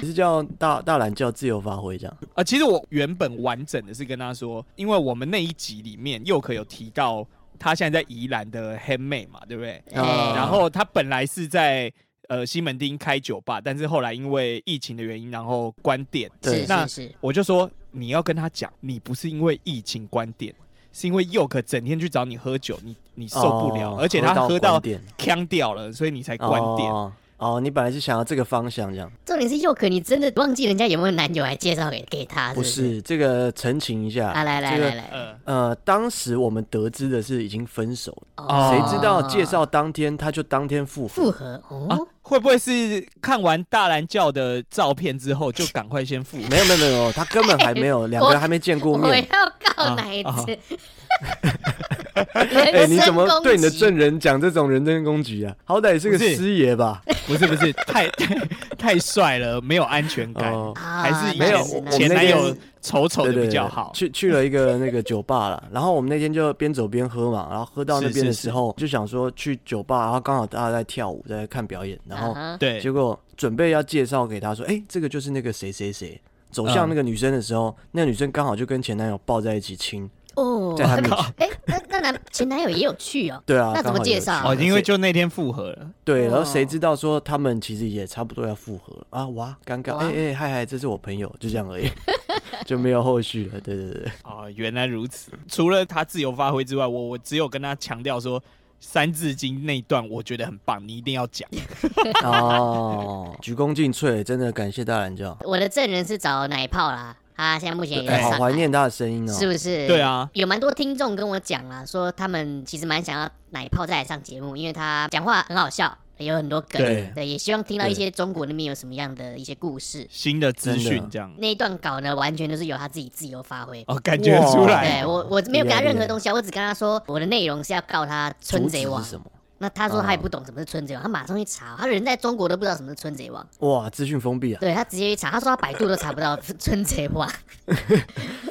S3: 你是叫大大懒叫自由发挥这样？
S2: 啊！其实我原本完整的是跟他说，因为我们那一集里面佑可有提到他现在在宜兰的 h a n d m a 嘛，对不对？
S3: 哦嗯
S10: 哎
S2: 然后他本来是在呃西门町开酒吧，但是后来因为疫情的原因，然后关店。
S10: 是
S3: 对
S2: 那
S10: 是是，
S2: 我就说你要跟他讲，你不是因为疫情关店，是因为佑可整天去找你喝酒，你你受不了，
S3: 哦
S2: 而且他喝到
S3: 关店
S2: 呛掉了，所以你才关店。
S3: 哦哦，你本来是想要这个方向这样，
S10: 重点是佑可，你真的忘记人家有没有男友还介绍给给他？
S3: 不
S10: 是
S3: 是这个澄清一下
S10: 啊，来来
S3: 这个
S10: 来来，
S2: 呃，
S3: 呃，当时我们得知的是已经分手了，
S10: 哦
S3: 呃谁知道介绍当天他就当天复
S10: 复
S3: 合？
S10: 合
S2: 啊
S10: 哦，，
S2: 会不会是看完大蓝教的照片之后就赶快先复合？
S3: 没有没有没有，他根本还没有，两个人还没见过
S10: 我
S3: 面。
S10: 要告
S2: 啊
S10: 奶
S2: 啊好
S10: 子。
S3: 哎、
S10: 哎
S3: 你怎么对你的证人讲这种人身攻击啊？好歹也是个
S2: 不是
S3: 师爷吧？
S2: 不是不是，太 太帅了，没有安全感，
S3: 哦
S2: 还是以
S3: 没有
S2: 前
S3: 我们
S2: 前
S3: 那
S2: 男
S3: 天
S2: 友丑丑
S3: 对
S2: 的
S3: 对
S2: 比
S3: 对，
S2: 较好。
S3: 去去了一个那个酒吧了，然后我们那天就边走边喝嘛，然后喝到那边的时候就想说去酒吧，然后刚好大家在跳舞，在看表演，然后
S10: 啊哈
S2: 对
S3: 结果准备要介绍给他说，哎、这个就是那个谁谁谁。走
S10: 嗯
S3: 向那个女生的时候，那个女生刚好就跟前男友抱在一起亲，
S10: 哦，
S3: 在他
S10: 那
S3: 面
S10: 么
S3: 前。
S10: 哎，那那男前男友也有去哦，
S3: 对啊，
S10: 那怎
S3: 刚
S10: 么
S3: 好有
S10: 介绍
S3: 去
S10: 啊
S2: 哦，因为就那天复合了。
S3: 对，然后
S10: 哦
S3: 谁知道说他们其实也差不多要复合了啊？哇，尴尬！
S10: 哇
S3: 哎哎，嗨嗨，这是我朋友，就这样而已， 就没有后续了。对对 对，
S2: 哦，原来如此。除了他自由发挥之外，我我只有跟他强调说，《三字经》那一段我觉得很棒，你一定要讲。
S3: 对哦，鞠躬尽瘁，真的感谢大懒教，
S10: 我的证人是找奶泡啦，他现在目前也
S3: 哎，
S10: 在
S3: 好
S10: 上
S3: 怀
S10: 海，
S3: 念他的声音哦。
S10: 是不是？
S2: 对啊，
S10: 有蛮多听啊众跟我讲啦，说他们其实蛮想要奶泡再来上节目，因为他讲话很好笑，有很多梗，
S2: 对
S10: 对，也希望听到一
S2: 对
S10: 些中国那边有什么样的一些故事。
S2: 新的资讯这样。
S10: 那一段稿呢，完全都是由他自己自由发挥。
S2: 哦感觉出来
S10: 对我，我没有给他任
S2: 厉害
S10: 何东西啊，我只跟他说我的内容是要告他春贼
S6: 主
S10: 王
S6: 旨是什么。
S10: 那他说他也不懂什么是春贼王，他马上去查，他人在中国都不知道什么是春贼王，
S3: 哇，资讯封闭啊！
S10: 对他直接去查，他说他百度都查不到春贼王。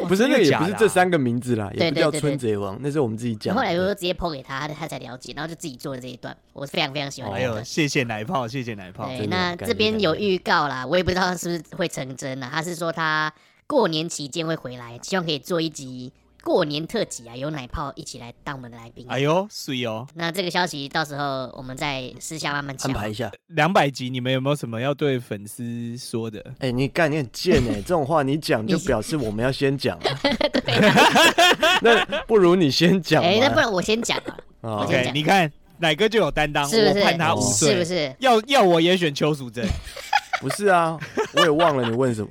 S3: 不是
S10: 真
S3: 那
S10: 的
S3: 个也
S10: 假
S3: 不
S10: 的
S3: 是
S10: 啊
S3: 这三个名字啦，也
S10: 对
S3: 不
S10: 对
S3: 叫
S10: 对对
S3: 春贼王，那是我们自己讲
S10: 后来
S3: 的。
S10: 我就直接抛给他，他才了解，然后就自己做了这一段，我非常非常喜欢
S2: 哎
S10: 这一段
S2: 呦，。谢谢奶泡，谢谢奶泡。
S10: 对，那这边有预告啦，我也不知道他是不是会成真啦。他是说他过年期间会回来，希望可以做一集过年特辑啊，有奶泡一起来当我们的来宾。
S2: 哎呦，水哦，
S10: 那这个消息到时候我们再私下慢慢讲。
S3: 下。
S2: 两百集，你们有没有什么要对粉丝说的？
S3: 哎，你干你很贱哎，这种话你讲就表示我们要先讲啊。那不如你先讲吧。
S10: 哎，那不然我先讲好了，
S3: 哦
S10: 我先
S2: OK，
S10: 讲，
S2: 你看奶哥就有担当，
S10: 是不
S2: 啊我判他五
S10: 是？
S2: 岁，
S10: 是不？是？
S2: 要要我也选邱淑贞，
S3: 不是啊，我也忘了你问 什么。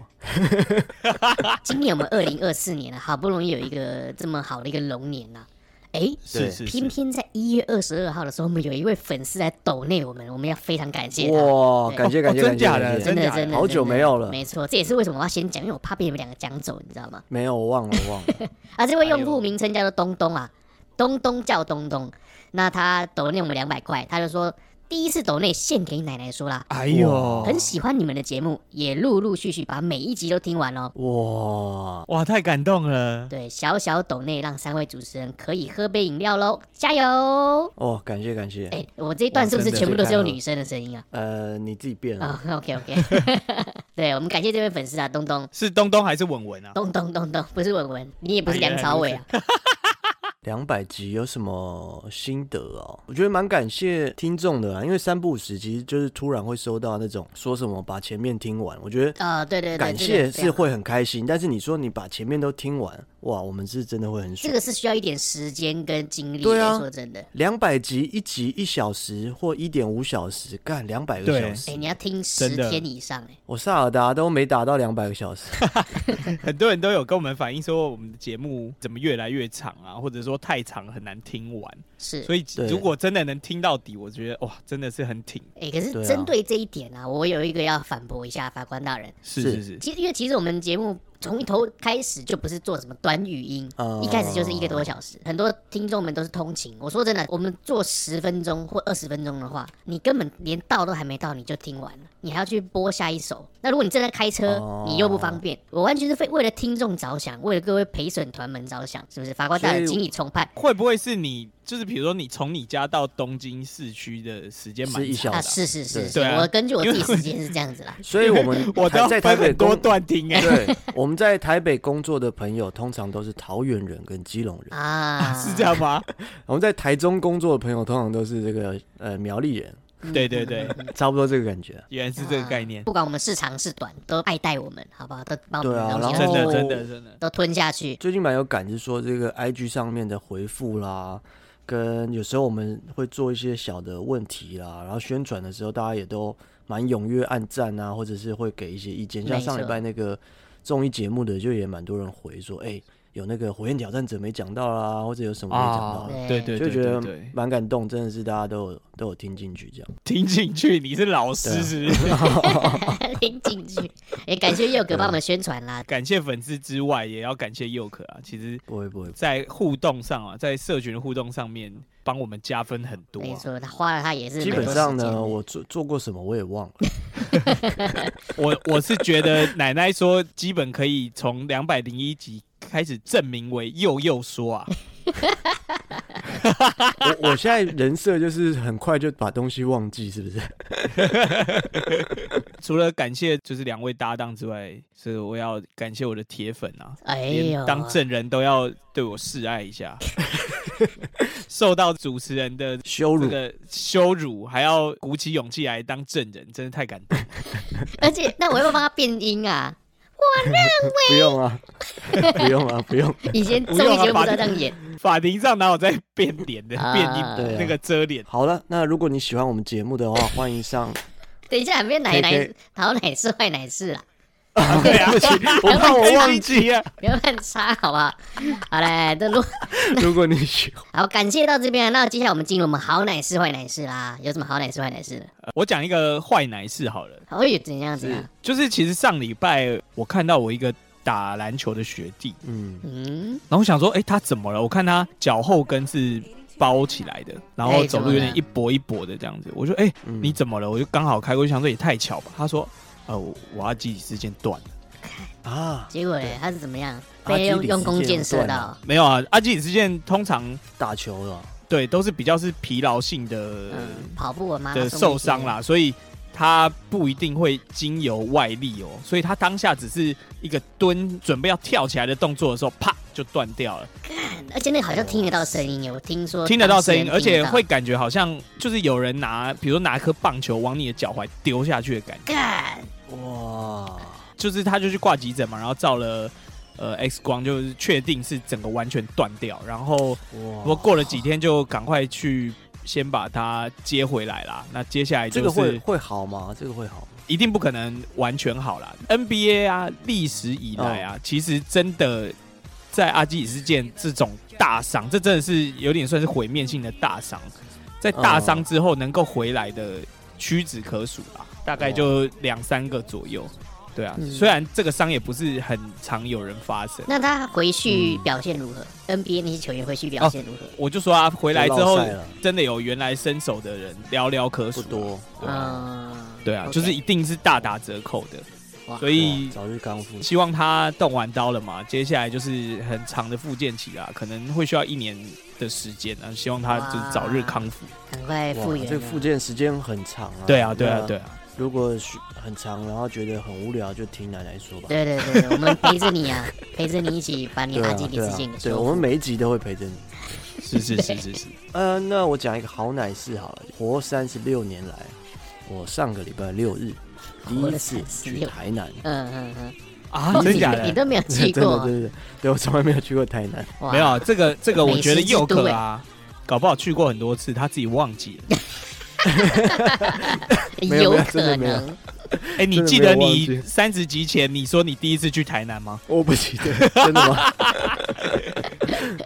S10: 啊今年我们二零二四年了，啊好不容易有一个这么好的一个龙年了。哎，
S2: 是是
S10: 偏
S2: 是，
S10: 偏在一月二十二号的时候，我们有一位粉丝来抖内我们，我们要非常感谢他。
S3: 哇，感谢
S2: 哦
S3: 感谢
S2: 真
S3: 感谢
S2: 假
S3: 感
S2: 的
S3: 谢
S10: 真的
S2: 假的
S10: 真的
S3: 好久
S10: 真的
S3: 没有了
S10: 没错，这也是为什么我要先讲，因为我怕被你们两个讲走，你知道吗？
S3: 没有，我忘了，我忘了。
S10: 啊，这位用户名称叫做东东啊，东东叫东东，那他抖内我们两百块，他就说第一次抖内献给奶奶说啦，
S2: 哎呦，
S10: 很喜欢你们的节目，也陆陆续续把每一集都听完哦。
S3: 哇，
S2: 哇，太感动了。
S10: 对，小小抖内让三位主持人可以喝杯饮料喽，加油！
S3: 哦，感谢感谢。
S10: 哎，我这一段是不是
S3: 哇真的
S10: 全部都是用
S3: 太好了
S10: 女生的声音啊？
S3: 呃，你自己变了。
S10: 啊、o k OK，对我 们感谢这位粉丝啊，东东。
S2: 是东东还是文文啊？
S10: 咚咚咚咚，不是文文，你也不是
S2: 哎呀
S10: 梁朝伟啊，
S3: 两百集有什么心得哦？我觉得蛮感谢听众的啊，因为三不五时其实就是突然会收到那种说什么把前面听完，我觉得
S10: 啊、对对对，
S3: 感
S10: 这个
S3: 谢
S10: 非
S3: 是
S10: 常
S3: 会很开心，但是你说你把前面都听完，哇，我们是真的会很
S10: 这
S3: 爽。
S10: 个是需要一点时间跟精力
S3: 对
S10: 的，
S3: 啊
S10: 说真的。
S3: 两百集一集一小时或一点五小时，干两百个
S2: 对
S3: 小
S10: 哎、
S3: 时，
S10: 你要听十
S2: 真的
S10: 天以上哎、
S3: 我萨尔达都没打到两百个小 时。
S2: 很多人都有跟我们反映说，我们的节目怎么越来越长啊，或者说太长很难听完。
S10: 是。
S2: 所以
S3: 对
S2: 如果真的能听到底，我觉得哇，真的是很挺。
S10: 哎、可是
S3: 对啊
S10: 针对这一点啊，我有一个要反驳一下法官大人。
S2: 是
S3: 是
S2: 是是，
S10: 其实，因为其实我们节目从一头开始就不是做什么短语音，
S3: 哦
S10: 一开始就是一个多小时，很多听众们都是通勤。我说真的，我们做十分钟或二十分钟的话，你根本连到都还没到你就听完了，你还要去播下一首。那如果你正在开车，
S3: 哦
S10: 你又不方便，我完全是为为了听众着想，为了各位陪审团们着想，是不是？法官大
S3: 所
S10: 人，
S3: 以
S10: 请你重判。
S2: 会不会是你就是比如说你从你家到东京市区的时间蛮
S3: 是一小
S2: 长的
S10: 啊，
S2: 啊
S10: 是是是
S3: 对。
S10: 是，
S2: 对啊
S10: 我根据我
S2: 因
S10: 自
S2: 为
S10: 己时间是这样子 啦
S3: 所以我们
S2: 我都
S3: 台
S2: 要
S3: 在台
S2: 分
S3: 北
S2: 很多
S3: 工，
S2: 段听哎、
S3: 对，我们在台北工作的朋友通常都是桃园人跟基隆人。
S10: 啊，
S2: 是这样吗？
S3: 我们在台中工作的朋友，通常都是这个呃苗栗人，
S2: 对对 对，
S3: 差不多这个感觉。
S2: 原来是这个概念。
S10: 不管我们是长是短，都爱戴我们，好不好？都把我们
S3: 对
S10: 的
S3: 啊，
S10: 东西
S3: 然
S10: 都
S2: 真的
S3: 后
S2: 真的真的
S10: 都吞下去。
S3: 最近蛮有感，是说这个 IG 上面的回复啦，跟有时候我们会做一些小的问题啦，然后宣传的时候大家也都蛮踊跃按赞啊，或者是会给一些意见。像
S10: 没错
S3: 上礼拜那个综艺节目的，就也蛮多人回说，哎、有那个火焰挑战者没讲到啦，或者有什么没讲到
S2: 啊
S3: 啦，，
S2: 对对
S3: 就
S2: 对
S3: 觉
S2: 对
S3: 得
S2: 对，
S3: 蛮感动，真的是大家都有都有听进去这样。
S2: 听进去，你是老师是不是？
S3: 啊
S10: 听进去。也感谢佑哥帮我们宣传 啦。
S2: 感谢粉丝之外，也要感谢佑可啊。其实，
S3: 不会不会，
S2: 在互动上啊，在社群的互动上面，帮我们加分很多、
S10: 没
S2: 啊。
S10: 错，他花了他也是
S3: 基
S10: 蛮
S3: 本
S10: 多
S3: 上
S10: 时间
S3: 呢，
S10: 的
S3: 我做做过什么我也忘了。
S2: 我我是觉得奶奶说，基本可以从两百零一集开始证明为佑佑说 啊，
S3: 我我现在人设就是很快就把东西忘记，是不是？
S2: 除了感谢就是两位搭档之外，是我要感谢我的铁粉啊，
S10: 哎
S2: 连
S10: 呦，
S2: 当证人都要对我示爱一下， 受到主持人的
S3: 羞
S2: 这
S3: 辱，
S2: 个羞辱，还要鼓起勇气来当证人，真的太感动。
S10: 而且那我要不要帮他变音啊？
S3: 不用啊， 不用啊，不用。
S10: 以前综
S2: 不用
S10: 艺
S2: 啊
S10: 节目
S2: 把
S10: 都这样演，
S2: 法庭上哪有在变脸的、
S10: 啊
S2: 变
S3: 对
S2: 音
S3: 啊
S2: 那个遮脸？
S3: 好了，那如果 你喜欢我们节目的话，欢迎上
S10: 等一下还变奶
S3: K K
S10: 奶好奶是坏奶是啦。
S2: 对啊
S3: 对不起， 我怕我忘记。
S2: 啊。
S10: 不要乱插，好不好？好嘞，这录
S3: 如果你喜欢，
S10: 好，感谢到这边，那接下来我们进入我们好奶事坏奶事啦。有什么好奶事坏奶事的？
S2: 我讲一个坏奶事好了，
S10: 好，有怎样子啊？
S2: 就是其实上礼拜我看到我一个打篮球的学弟，
S3: 嗯，
S10: 嗯，
S2: 然后我想说，哎、他怎么了？我看他脚后跟是包起来的，然后走
S10: 哎怎么
S2: 路有点
S10: 了
S2: 一跛一跛的这样子。我说，哎、
S3: 嗯
S2: 你怎么了？我就刚好开过去，想说也太巧吧。他说，呃，我我阿基里斯腱断了。
S3: 啊，
S10: 结果嘞，他是怎么
S2: 啊
S10: 样？
S3: 阿基
S10: 被
S3: 里斯
S10: 用用弓
S3: 腱
S10: 箭射
S3: 断
S10: 到
S3: 了。
S2: 没有啊，阿基里斯腱通常
S3: 打球了，
S2: 对都是比较是疲劳性的、
S10: 嗯，跑步我妈
S2: 的受伤啦，所以他不一定会经由外力哦，所以他当下只是一个蹲准备要跳起来的动作的时候，啪就断掉了，
S10: 而且那个好像听得到声音耶，我听说
S2: 听得到声音，
S10: 哦当
S2: 而
S10: 事人
S2: 且
S10: 听得到
S2: 会感觉好像就是有人拿，比如说拿一颗棒球往你的脚踝丢下去的感觉，
S10: 干，
S3: 哇，
S2: 就是他就去挂急诊嘛，然后照了。呃，X 光就是确定是整个完全断掉，然后不过
S3: 哇，
S2: 过了几天就赶快去先把它接回来啦。那接下来就
S3: 这
S2: 是
S3: 个会会好吗？这个会好吗？
S2: 一定不可能完全好啦。NBA 啊，历史以来啊，其实真的在阿基里斯腱这种大伤，这真的是有点算是毁灭性的大伤，在大伤之后能够回来的屈指可数啦，大概就两三个左右。对啊，
S10: 嗯
S2: 虽然这个伤也不是很常有人发生。
S10: 那他回去表现如何？NBA
S2: 嗯
S10: 那些球员回去表现如何？
S2: 我就说啊，回来之
S3: 就
S2: 后
S3: 落赛了
S2: 真的有原来身手的人寥寥可数
S3: 不
S2: 啊，
S3: 多，
S2: 对啊
S10: 嗯，
S2: 对啊，
S10: OK
S2: 就是一定是大打折扣的，
S10: 哇
S2: 所以
S3: 哇早日康复。
S2: 希望他动完刀了嘛，接下来就是很长的复健期啦，可能会需要一年的时间啊，希望他就是早日康复。
S10: 赶快复
S3: 哇，
S10: 原啊。
S3: 这个复健时间很长啊。
S2: 对啊，对啊
S3: 那，
S2: 对啊，
S3: 如果需很长，然后觉得很无聊，就听奶奶说吧。
S10: 对对对，我们陪着 你啊，陪着你一起把你
S3: 对
S10: 阿
S3: 啊，
S10: 基里
S3: 对
S10: 斯
S3: 啊
S10: 腱给，
S3: 对，
S10: 修
S3: 我们
S10: 复。
S3: 每一集都会陪着你。
S2: 是是是是 是，
S3: 呃，那我讲一个好奶事好了。活三十六年来，我上个礼拜六日第
S10: 活
S3: 一
S10: 了
S3: 次
S10: 36
S3: 去台南。
S10: 嗯嗯嗯，
S2: 啊，
S10: 哦
S2: 真假
S10: 你你
S2: 的？
S10: 都没有
S3: 真
S10: 去
S3: 的，
S10: 过
S3: 对，对对，对我从来没有去过台南。
S10: 哇
S2: 没有啊这个这个，我觉得
S10: 美食之都
S2: 佑可
S3: 欸
S2: 啊，搞不好去过很多次，他自己忘记 了。
S3: 没有
S10: 有
S3: 没有真
S10: 可
S3: 的没有
S10: 能。
S2: 哎，你
S3: 真的
S2: 记
S3: 没
S2: 得
S3: 有忘
S2: 你
S3: 记
S2: 三十集前你说你第一次去台南吗？
S3: 我不记得， 真的吗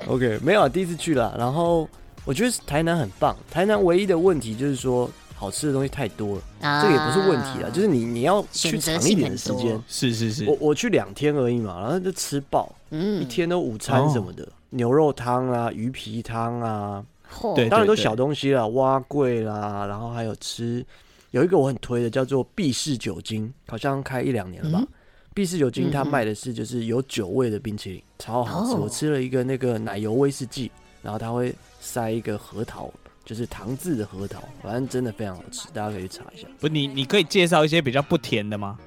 S3: ？OK，没有啊，第一次去了。然后我觉得台南很棒，台南唯一的问题就是说好吃的东西太多了，
S10: 啊
S3: 这个也不是问题啦，就是你你要去
S10: 选择
S3: 长一
S10: 性
S3: 点
S10: 很
S3: 的时
S10: 多
S3: 间。
S2: 是是是
S3: 我，我去两天而已嘛，然后就吃爆，
S10: 嗯
S3: 一天都午餐什么的，牛肉汤啊、鱼皮汤啊，
S10: 嗯嚯
S2: 对
S3: 当然都小东西啦，蛙桂啦，然后还有吃有一个我很推的叫做必氏酒精，好像开一两年
S2: 嗯
S3: 了吧。必氏酒精它卖的是就是有酒味的冰淇淋，超好吃。
S10: 哦
S3: 我吃了一个那个奶油威士忌，然后它会塞一个核桃，就是糖渍的核桃，反正真的非常好
S2: 哦
S3: 吃，大家可以去查一下。
S2: 不，你你可以介绍一些比较不甜的吗？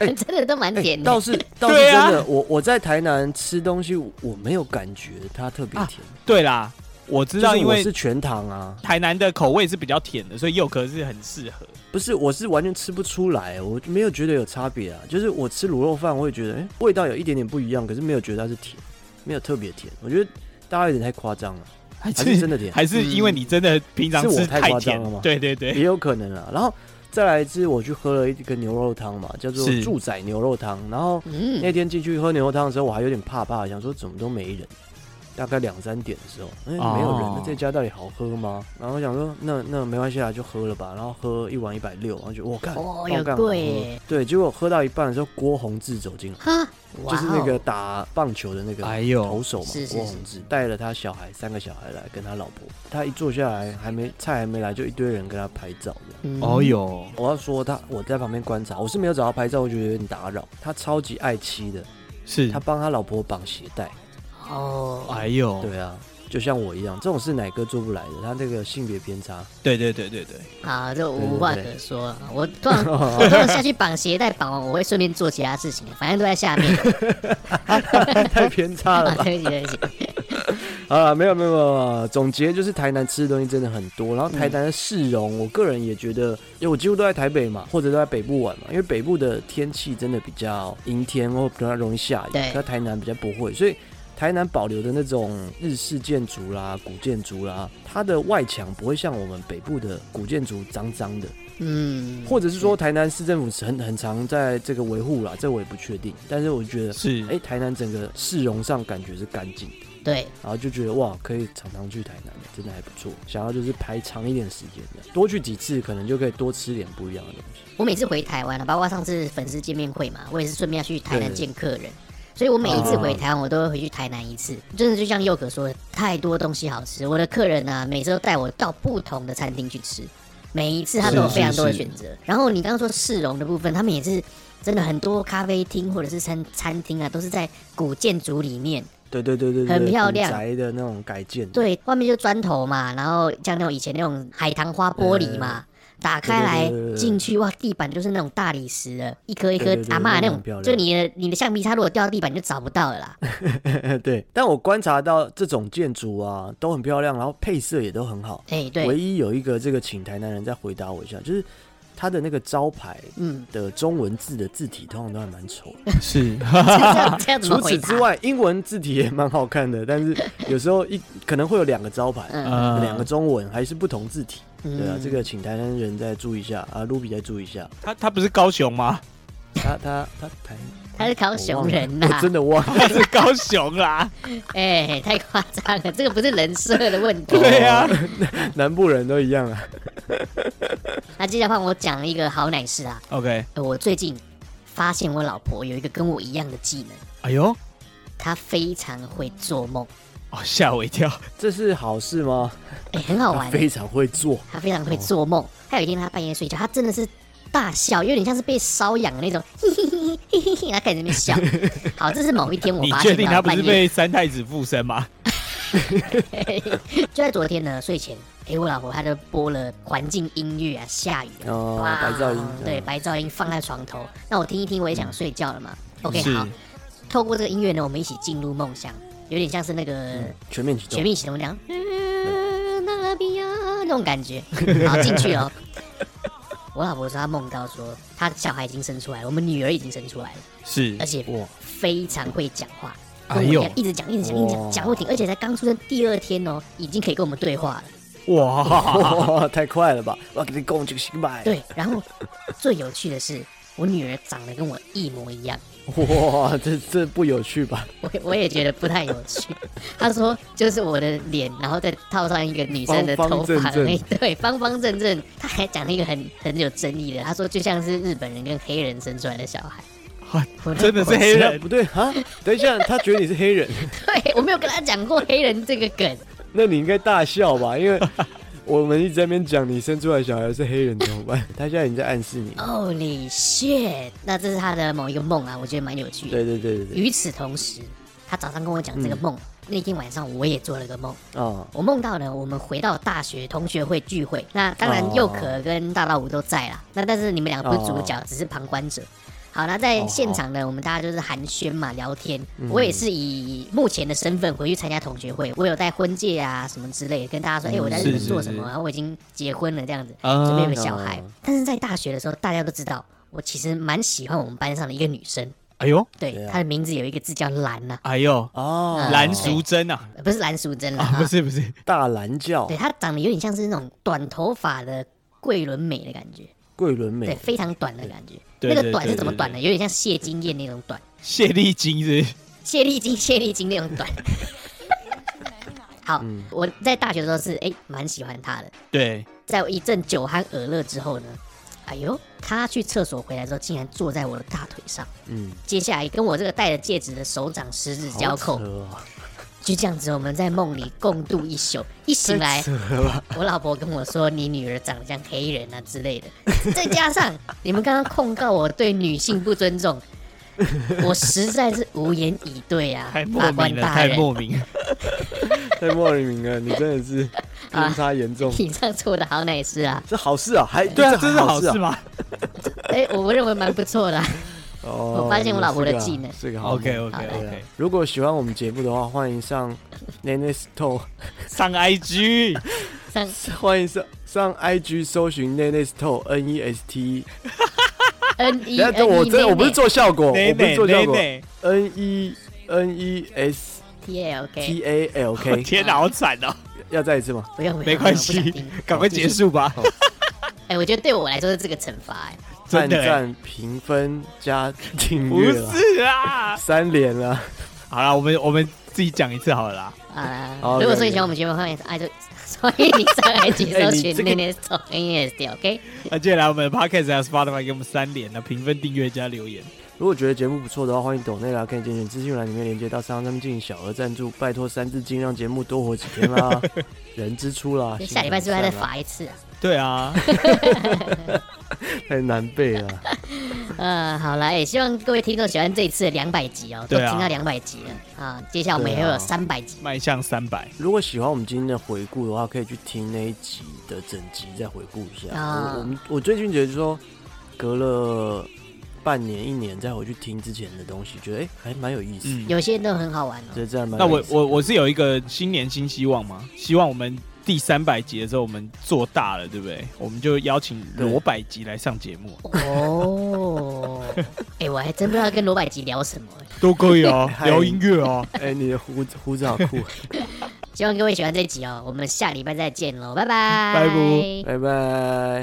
S10: 真的都蛮
S3: 哎、
S10: 甜的。
S3: 倒是倒是
S2: 对
S3: 真
S2: 啊
S3: 的，我我在台南吃东西，我没有感觉它特别
S2: 啊
S3: 甜，
S2: 对啦，我知
S3: 就
S2: 道，
S3: 是
S2: 因
S3: 我
S2: 为
S3: 是全糖啊，
S2: 台南的口味是比较甜的，所以佑可是很适合。
S3: 不是，我是完全吃不出来，我没有觉得有差别啊。就是我吃卤肉饭，我也觉得，哎、味道有一点点不一样，可是没有觉得它是甜，没有特别甜。我觉得大家有点太夸张 了，
S2: 还
S3: 还是真的甜，
S2: 还是因为你真的平常
S3: 是我
S2: 吃
S3: 太
S2: 太
S3: 夸张
S2: 甜
S3: 了吗
S2: 对对对，
S3: 也有可能啊。然后再来是，我去喝了一个牛肉汤嘛，叫做
S2: 是
S3: 住宅牛肉汤。然后那
S10: 嗯，
S3: 天进去喝牛肉汤的时候，我还有点怕怕，想说怎么都没人。大概两三点的时候，哎、
S2: 哦
S3: 没有人，那这家到底好喝吗？然后我想说，那那没关系啊，就喝了吧。然后喝一碗一百六，然后就我看，
S10: 哦，
S3: 爆
S10: 有
S3: 干好喝
S10: 贵耶。
S3: 对，结果喝到一半的时候，郭宏志走进来，
S10: 哈，哇
S3: 就是那个
S10: 哦
S3: 打棒球的那个
S2: 哎呦
S3: 投手嘛，
S10: 是是
S3: 郭
S10: 是
S3: 宏志带了他小孩三个小孩来跟他老婆，他一坐下来还没菜还没来，就一堆人跟他拍照这样。
S10: 嗯
S2: 哦哟，
S3: 我要说他，我在旁边观察，我是没有找他拍照，我觉得有点打扰。他超级爱妻的，
S2: 是
S3: 他帮他老婆绑鞋带。
S10: 哦，
S2: 哎呦，
S3: 对啊，就像我一样，这种事奶哥做不来的，他这个性别偏差。
S2: 对对对对对
S10: 好，这无话
S3: 对对
S10: 可说。我 通常我通常下去绑鞋带，绑完我会顺便做其他事情，反正都在 下面。
S3: 太偏差了
S10: 啊
S3: 吧？
S10: 对不起对不起，
S3: 啊，没有没有没有，没有总结就是台南吃的东西真的很多，然后
S10: 嗯
S3: 台南的市容，我个人也觉得，因为我几乎都在台北嘛，或者都在北部玩嘛，因为北部的天气真的比较阴天或比较容易下雨，
S10: 对
S3: 可台南比较不会，所以台南保留的那种日式建筑啦、古建筑啦，它的外墙不会像我们北部的古建筑脏脏的，
S10: 嗯，
S3: 或者是说台南市政府很很常在这个维护啦，这我也不确定。但是我觉得
S2: 是
S3: 哎、台南整个市容上感觉是干净的，
S10: 嗯对，
S3: 然后就觉得哇，可以常常去台南，真的还不错。想要就是排长一点时间的，多去几次，可能就可以多吃点不一样的东西。
S10: 我每次回台湾了，包括上次粉丝见面会嘛，我也是顺便要去台南
S3: 对
S10: 见客人，所以我每一次回台湾，我都会回去台南一次。真的就像佑可说的，太多东西好吃，我的客人啊，每次都带我到不同的餐厅去吃，每一次他都有
S2: 是
S10: 非常多的
S2: 是
S10: 选择。然后你刚刚说市容的部分，他们也是真的很多咖啡厅或者是餐餐厅啊，都是在古建筑里面。
S3: 对对对对对，
S10: 很漂亮
S3: 古宅的那种改建，
S10: 对，外面就砖头嘛，然后像那种以前那种海棠花玻璃嘛，打开来
S3: 嗯对对对对
S10: 进去哇，地板就是那种大理石的，一颗一颗
S3: 对对对
S10: 阿
S3: 那
S10: 嬷那
S3: 种
S10: 种
S3: 很漂，亮
S10: 就你的你的橡皮擦如果掉到地板你就找不到了啦。
S3: 对。但我观察到这种建筑啊，都很漂亮，然后配色也都很好。
S10: 哎，
S3: 唯
S10: 对，
S3: 一有一个这个，请台南人再回答我一下，就是他的那个招牌
S10: 嗯，
S3: 的中文字的字体通常都还蛮丑的。
S2: 是
S10: 这样这样怎么
S3: 除
S10: 回
S3: 此
S10: 答
S3: 之？外，英文字体也蛮好看的，但是有时候一可能会有两个招牌，
S2: 呃
S3: 两个中文还是不同字体。对啊，
S10: 嗯
S3: 这个请台南人再注意一下啊，卢比再注意一下。
S2: 他他不是高雄吗？
S3: 他他他台，
S10: 他是高雄人
S3: 我忘了
S10: 啊呐
S3: 我，真的忘了。
S2: 他是高雄啊啦，
S10: 哎，太夸张了，这个不是人设的问
S3: 哦
S10: 题。
S2: 对啊，
S3: 南部人都一样啊。
S10: 那接下来换我讲一个好奶事啊，
S2: OK，
S10: 呃我最近发现我老婆有一个跟我一样的技能，
S2: 哎呦，
S10: 她非常会做梦，
S2: 哦吓我一跳，
S3: 这是好事吗？
S10: 哎，很好玩
S3: 他
S10: 欸。
S3: 非常会做，
S10: 他非常会做梦。他有一天他半夜睡觉，他真的是大笑，有点像是被瘙痒的那种，嘿嘿嘿嘿嘿嘿，他开始在那边 笑。好，这是某一天我
S2: 你
S10: 发
S2: 确
S10: 现
S2: 定
S10: 的
S2: 他
S10: 啊
S2: 不是
S10: 半夜，
S2: 被三太子附身吗？
S10: 就在昨天呢，睡前，诶，我老婆她就播了环境音乐啊，下雨啊，
S3: 哦
S10: 哇
S3: 白噪音
S10: 对，白噪音放在床头，那我听一听，我也想睡觉了嘛。OK，
S2: 是
S10: 好，透过这个音乐呢，我们一起进入梦乡，有点像是那个
S2: 嗯
S3: 全面启
S10: 全
S3: 动。
S10: 面启动那样，嗯那拉比亚那种感觉，然后进去了。我老婆说她梦到说她小孩已经生出来了，我们女儿已经生出来了，
S2: 是
S10: 而且
S3: 哇
S10: 非常会讲话，跟
S2: 哎
S10: 我们一
S2: 呦
S10: 样一直讲一直讲一直
S3: 哇
S10: 讲讲不停，而且才刚出生第二天哦，已经可以跟我们对话了。
S2: 哇，
S3: 哇， 太快了吧！我给你供这个新买。
S10: 对，然后最有趣的是，我女儿长得跟我一模一样，
S3: 哇，这这不有趣吧？
S10: 我我也觉得不太有趣。她说就是我的脸，然后再套上一个女生的
S3: 方方
S10: 头
S3: 正
S10: 发，
S3: 正
S10: 哎，对，方方正正。她还讲了一个很很有争议的，她说就像是日本人跟黑人生出来的小孩。 我
S2: 真的是 黑
S3: 等一下
S2: 人
S3: 不对啊！等一下，他觉得你是黑人，
S10: 对我没有跟她讲过黑人这个梗，
S3: 那你应该大笑吧？因为我们一直在那边讲你生出来小孩是黑人怎么办？他现在已经在暗示
S10: 哦
S3: 你。
S10: Holy shit！那这是她的某一个梦啊，我觉得蛮有趣的。
S3: 对对对对嗯对，
S10: 与此同时，她早上跟我讲这个梦，那天晚上我也做了个梦。
S3: 啊、
S10: 我梦到呢，我们回到大学同学会聚会，那当然
S3: 哦
S10: 佑可跟大老五都在
S2: 哦
S10: 啦。那但是你们两个不是主角，只是旁观者。好，那在现场呢，我们大家就是寒暄嘛，聊天。
S2: 嗯
S10: 我也是以目前的身份回去参加同学会，我有带婚戒啊什么之类的，跟大家说，哎、我在日
S2: 嗯是
S10: 本
S2: 是
S10: 做什么，
S2: 是
S10: 然后我已经结婚了这样子，
S2: 啊
S10: 准备有个小孩
S3: 啊。
S10: 但是在大学的时候，大家都知道，我其实蛮喜欢我们班上的一个女生，
S2: 哎呦，
S10: 对
S3: 对，啊
S10: 她的名字有一个字叫兰呐、
S2: 哎呦，
S3: 哦，
S2: 蓝淑珍啊，
S10: 呃不是蓝淑珍啦，
S2: 啊不是不是，
S3: 大蓝教
S10: 对，她长得有点像是那种短头发的桂纶镁的感觉，
S3: 桂纶镁
S10: 对，，非常短的感觉。
S2: 对
S10: 那个
S2: 对
S10: 短
S2: 对
S10: 是怎么
S2: 对
S10: 短呢？有点像谢金燕那种短，
S2: 谢丽金是不是
S10: 谢 丽金、谢丽金那种短。好，
S2: 嗯
S10: 我在大学的时候是哎蛮喜欢她的，
S2: 对，
S10: 在我一阵酒酣耳热之后呢，哎呦，她去厕所回来之后，竟然坐在我的大腿上，
S3: 嗯，
S10: 接下来跟我这个戴着戒指的手掌十指交
S3: 好
S10: 扣
S3: 扯，哦
S10: 就这样子，我们在梦里共度一宿。一醒来，我老婆跟我说：“你女儿长得像黑人啊之类的。” 再加上你们刚刚控告我对女性不 尊重，我实在是无言以对啊
S2: 太，莫
S10: 法官
S2: 名了，
S10: 大
S2: 太
S10: 人。
S2: 莫名了，
S3: 太哎莫名了，你真的 是
S10: 啊
S3: 偏差严重。
S10: 你这样做的好奶事啊！
S3: 这好事啊，还
S2: 对啊，这
S3: 这
S2: 是
S3: 好
S2: 好事
S3: 啊！
S2: 吗
S10: 哎、我认为蛮不错的 啊、
S3: 哦
S10: 我发现我老婆的技能
S3: 是个好
S2: ？OK
S3: 梦
S2: OK
S3: 对啊
S2: OK，
S3: 如果喜欢我们节目的话，欢迎上 Nene Store，
S2: 上 IG
S10: 上
S3: 欢迎上上 IG 搜寻 Nene Store N E S T。
S10: N
S3: 等
S10: E
S3: 一下，等
S10: N
S3: 我
S10: E
S3: 真的我不是做效
S2: 哦
S3: 果，我不是做效果
S2: Nene，Nene
S3: ，N E N E S
S10: T L K，
S3: T A L
S2: 我
S3: K，
S2: 天哪，好惨哦，
S3: 要再一次吗？
S10: 不用不用，
S2: 没关
S10: 不用
S2: 系，赶快结。束吧。
S10: 不想听哎，我觉得对我来说是这个惩罚，哎，
S3: 赞
S2: 真的欸欸
S3: 赞评分加订
S2: 不
S3: 阅啦，
S2: 是啊。
S3: 三连了，
S2: 好了，我们我们自己讲一次好了啦。
S10: 啊
S3: 好，
S10: 如果
S3: 了
S10: 说
S3: 解
S10: 你喜欢我们节目的话，哎，就 所以你上来接
S2: 哎
S10: 受
S2: 你
S10: 群
S2: 这个
S10: 那那首音乐 o k
S2: 那接下来我们的 podcast 啊 Spotify 给我们三连的评分、订阅加留言。
S3: 如果觉得节目不错的话，欢迎抖内啦，可以点选资讯栏里面连接到商上面进行小额赞助，拜托三字经让节目多活几天 啦，人之初啦，
S10: 下礼拜是不是还
S3: 在
S10: 再罚一次啊？
S2: 对啊，
S3: 太难背啊了，
S10: 呃，好了，哎，希望各位听众喜欢这一次的两百集哦，都
S2: 对
S10: 听
S2: 啊
S10: 到两百集了啊，接下来我们也会
S3: 对啊
S10: 有三百集。
S2: 迈向三百，
S3: 如果喜欢我们今天的回顾的话，可以去听那一集的整集再回顾一下。
S10: 啊
S3: 我我们我最近觉得说，隔了半年一年再回去听之前的东西，觉得哎、还蛮有意思。
S2: 嗯，
S10: 有些都很好玩哦。
S3: 这这还蛮
S2: 那
S3: 有
S2: 我
S3: 意思
S2: 我我是有一个新年新希望嘛，希望我们第三百集的时候我们做大了，对不对？我们就邀请罗百集来上节目，
S10: 哦，哎，我还真不知道跟罗百吉聊什么。哎
S2: 都可以哦
S3: 嗨
S2: 聊音乐哦。
S3: 哎、你的胡子胡子好 酷，
S10: 希望各位喜欢这一集哦，我们下礼拜再见喽，拜拜，
S2: 拜拜
S3: 拜拜。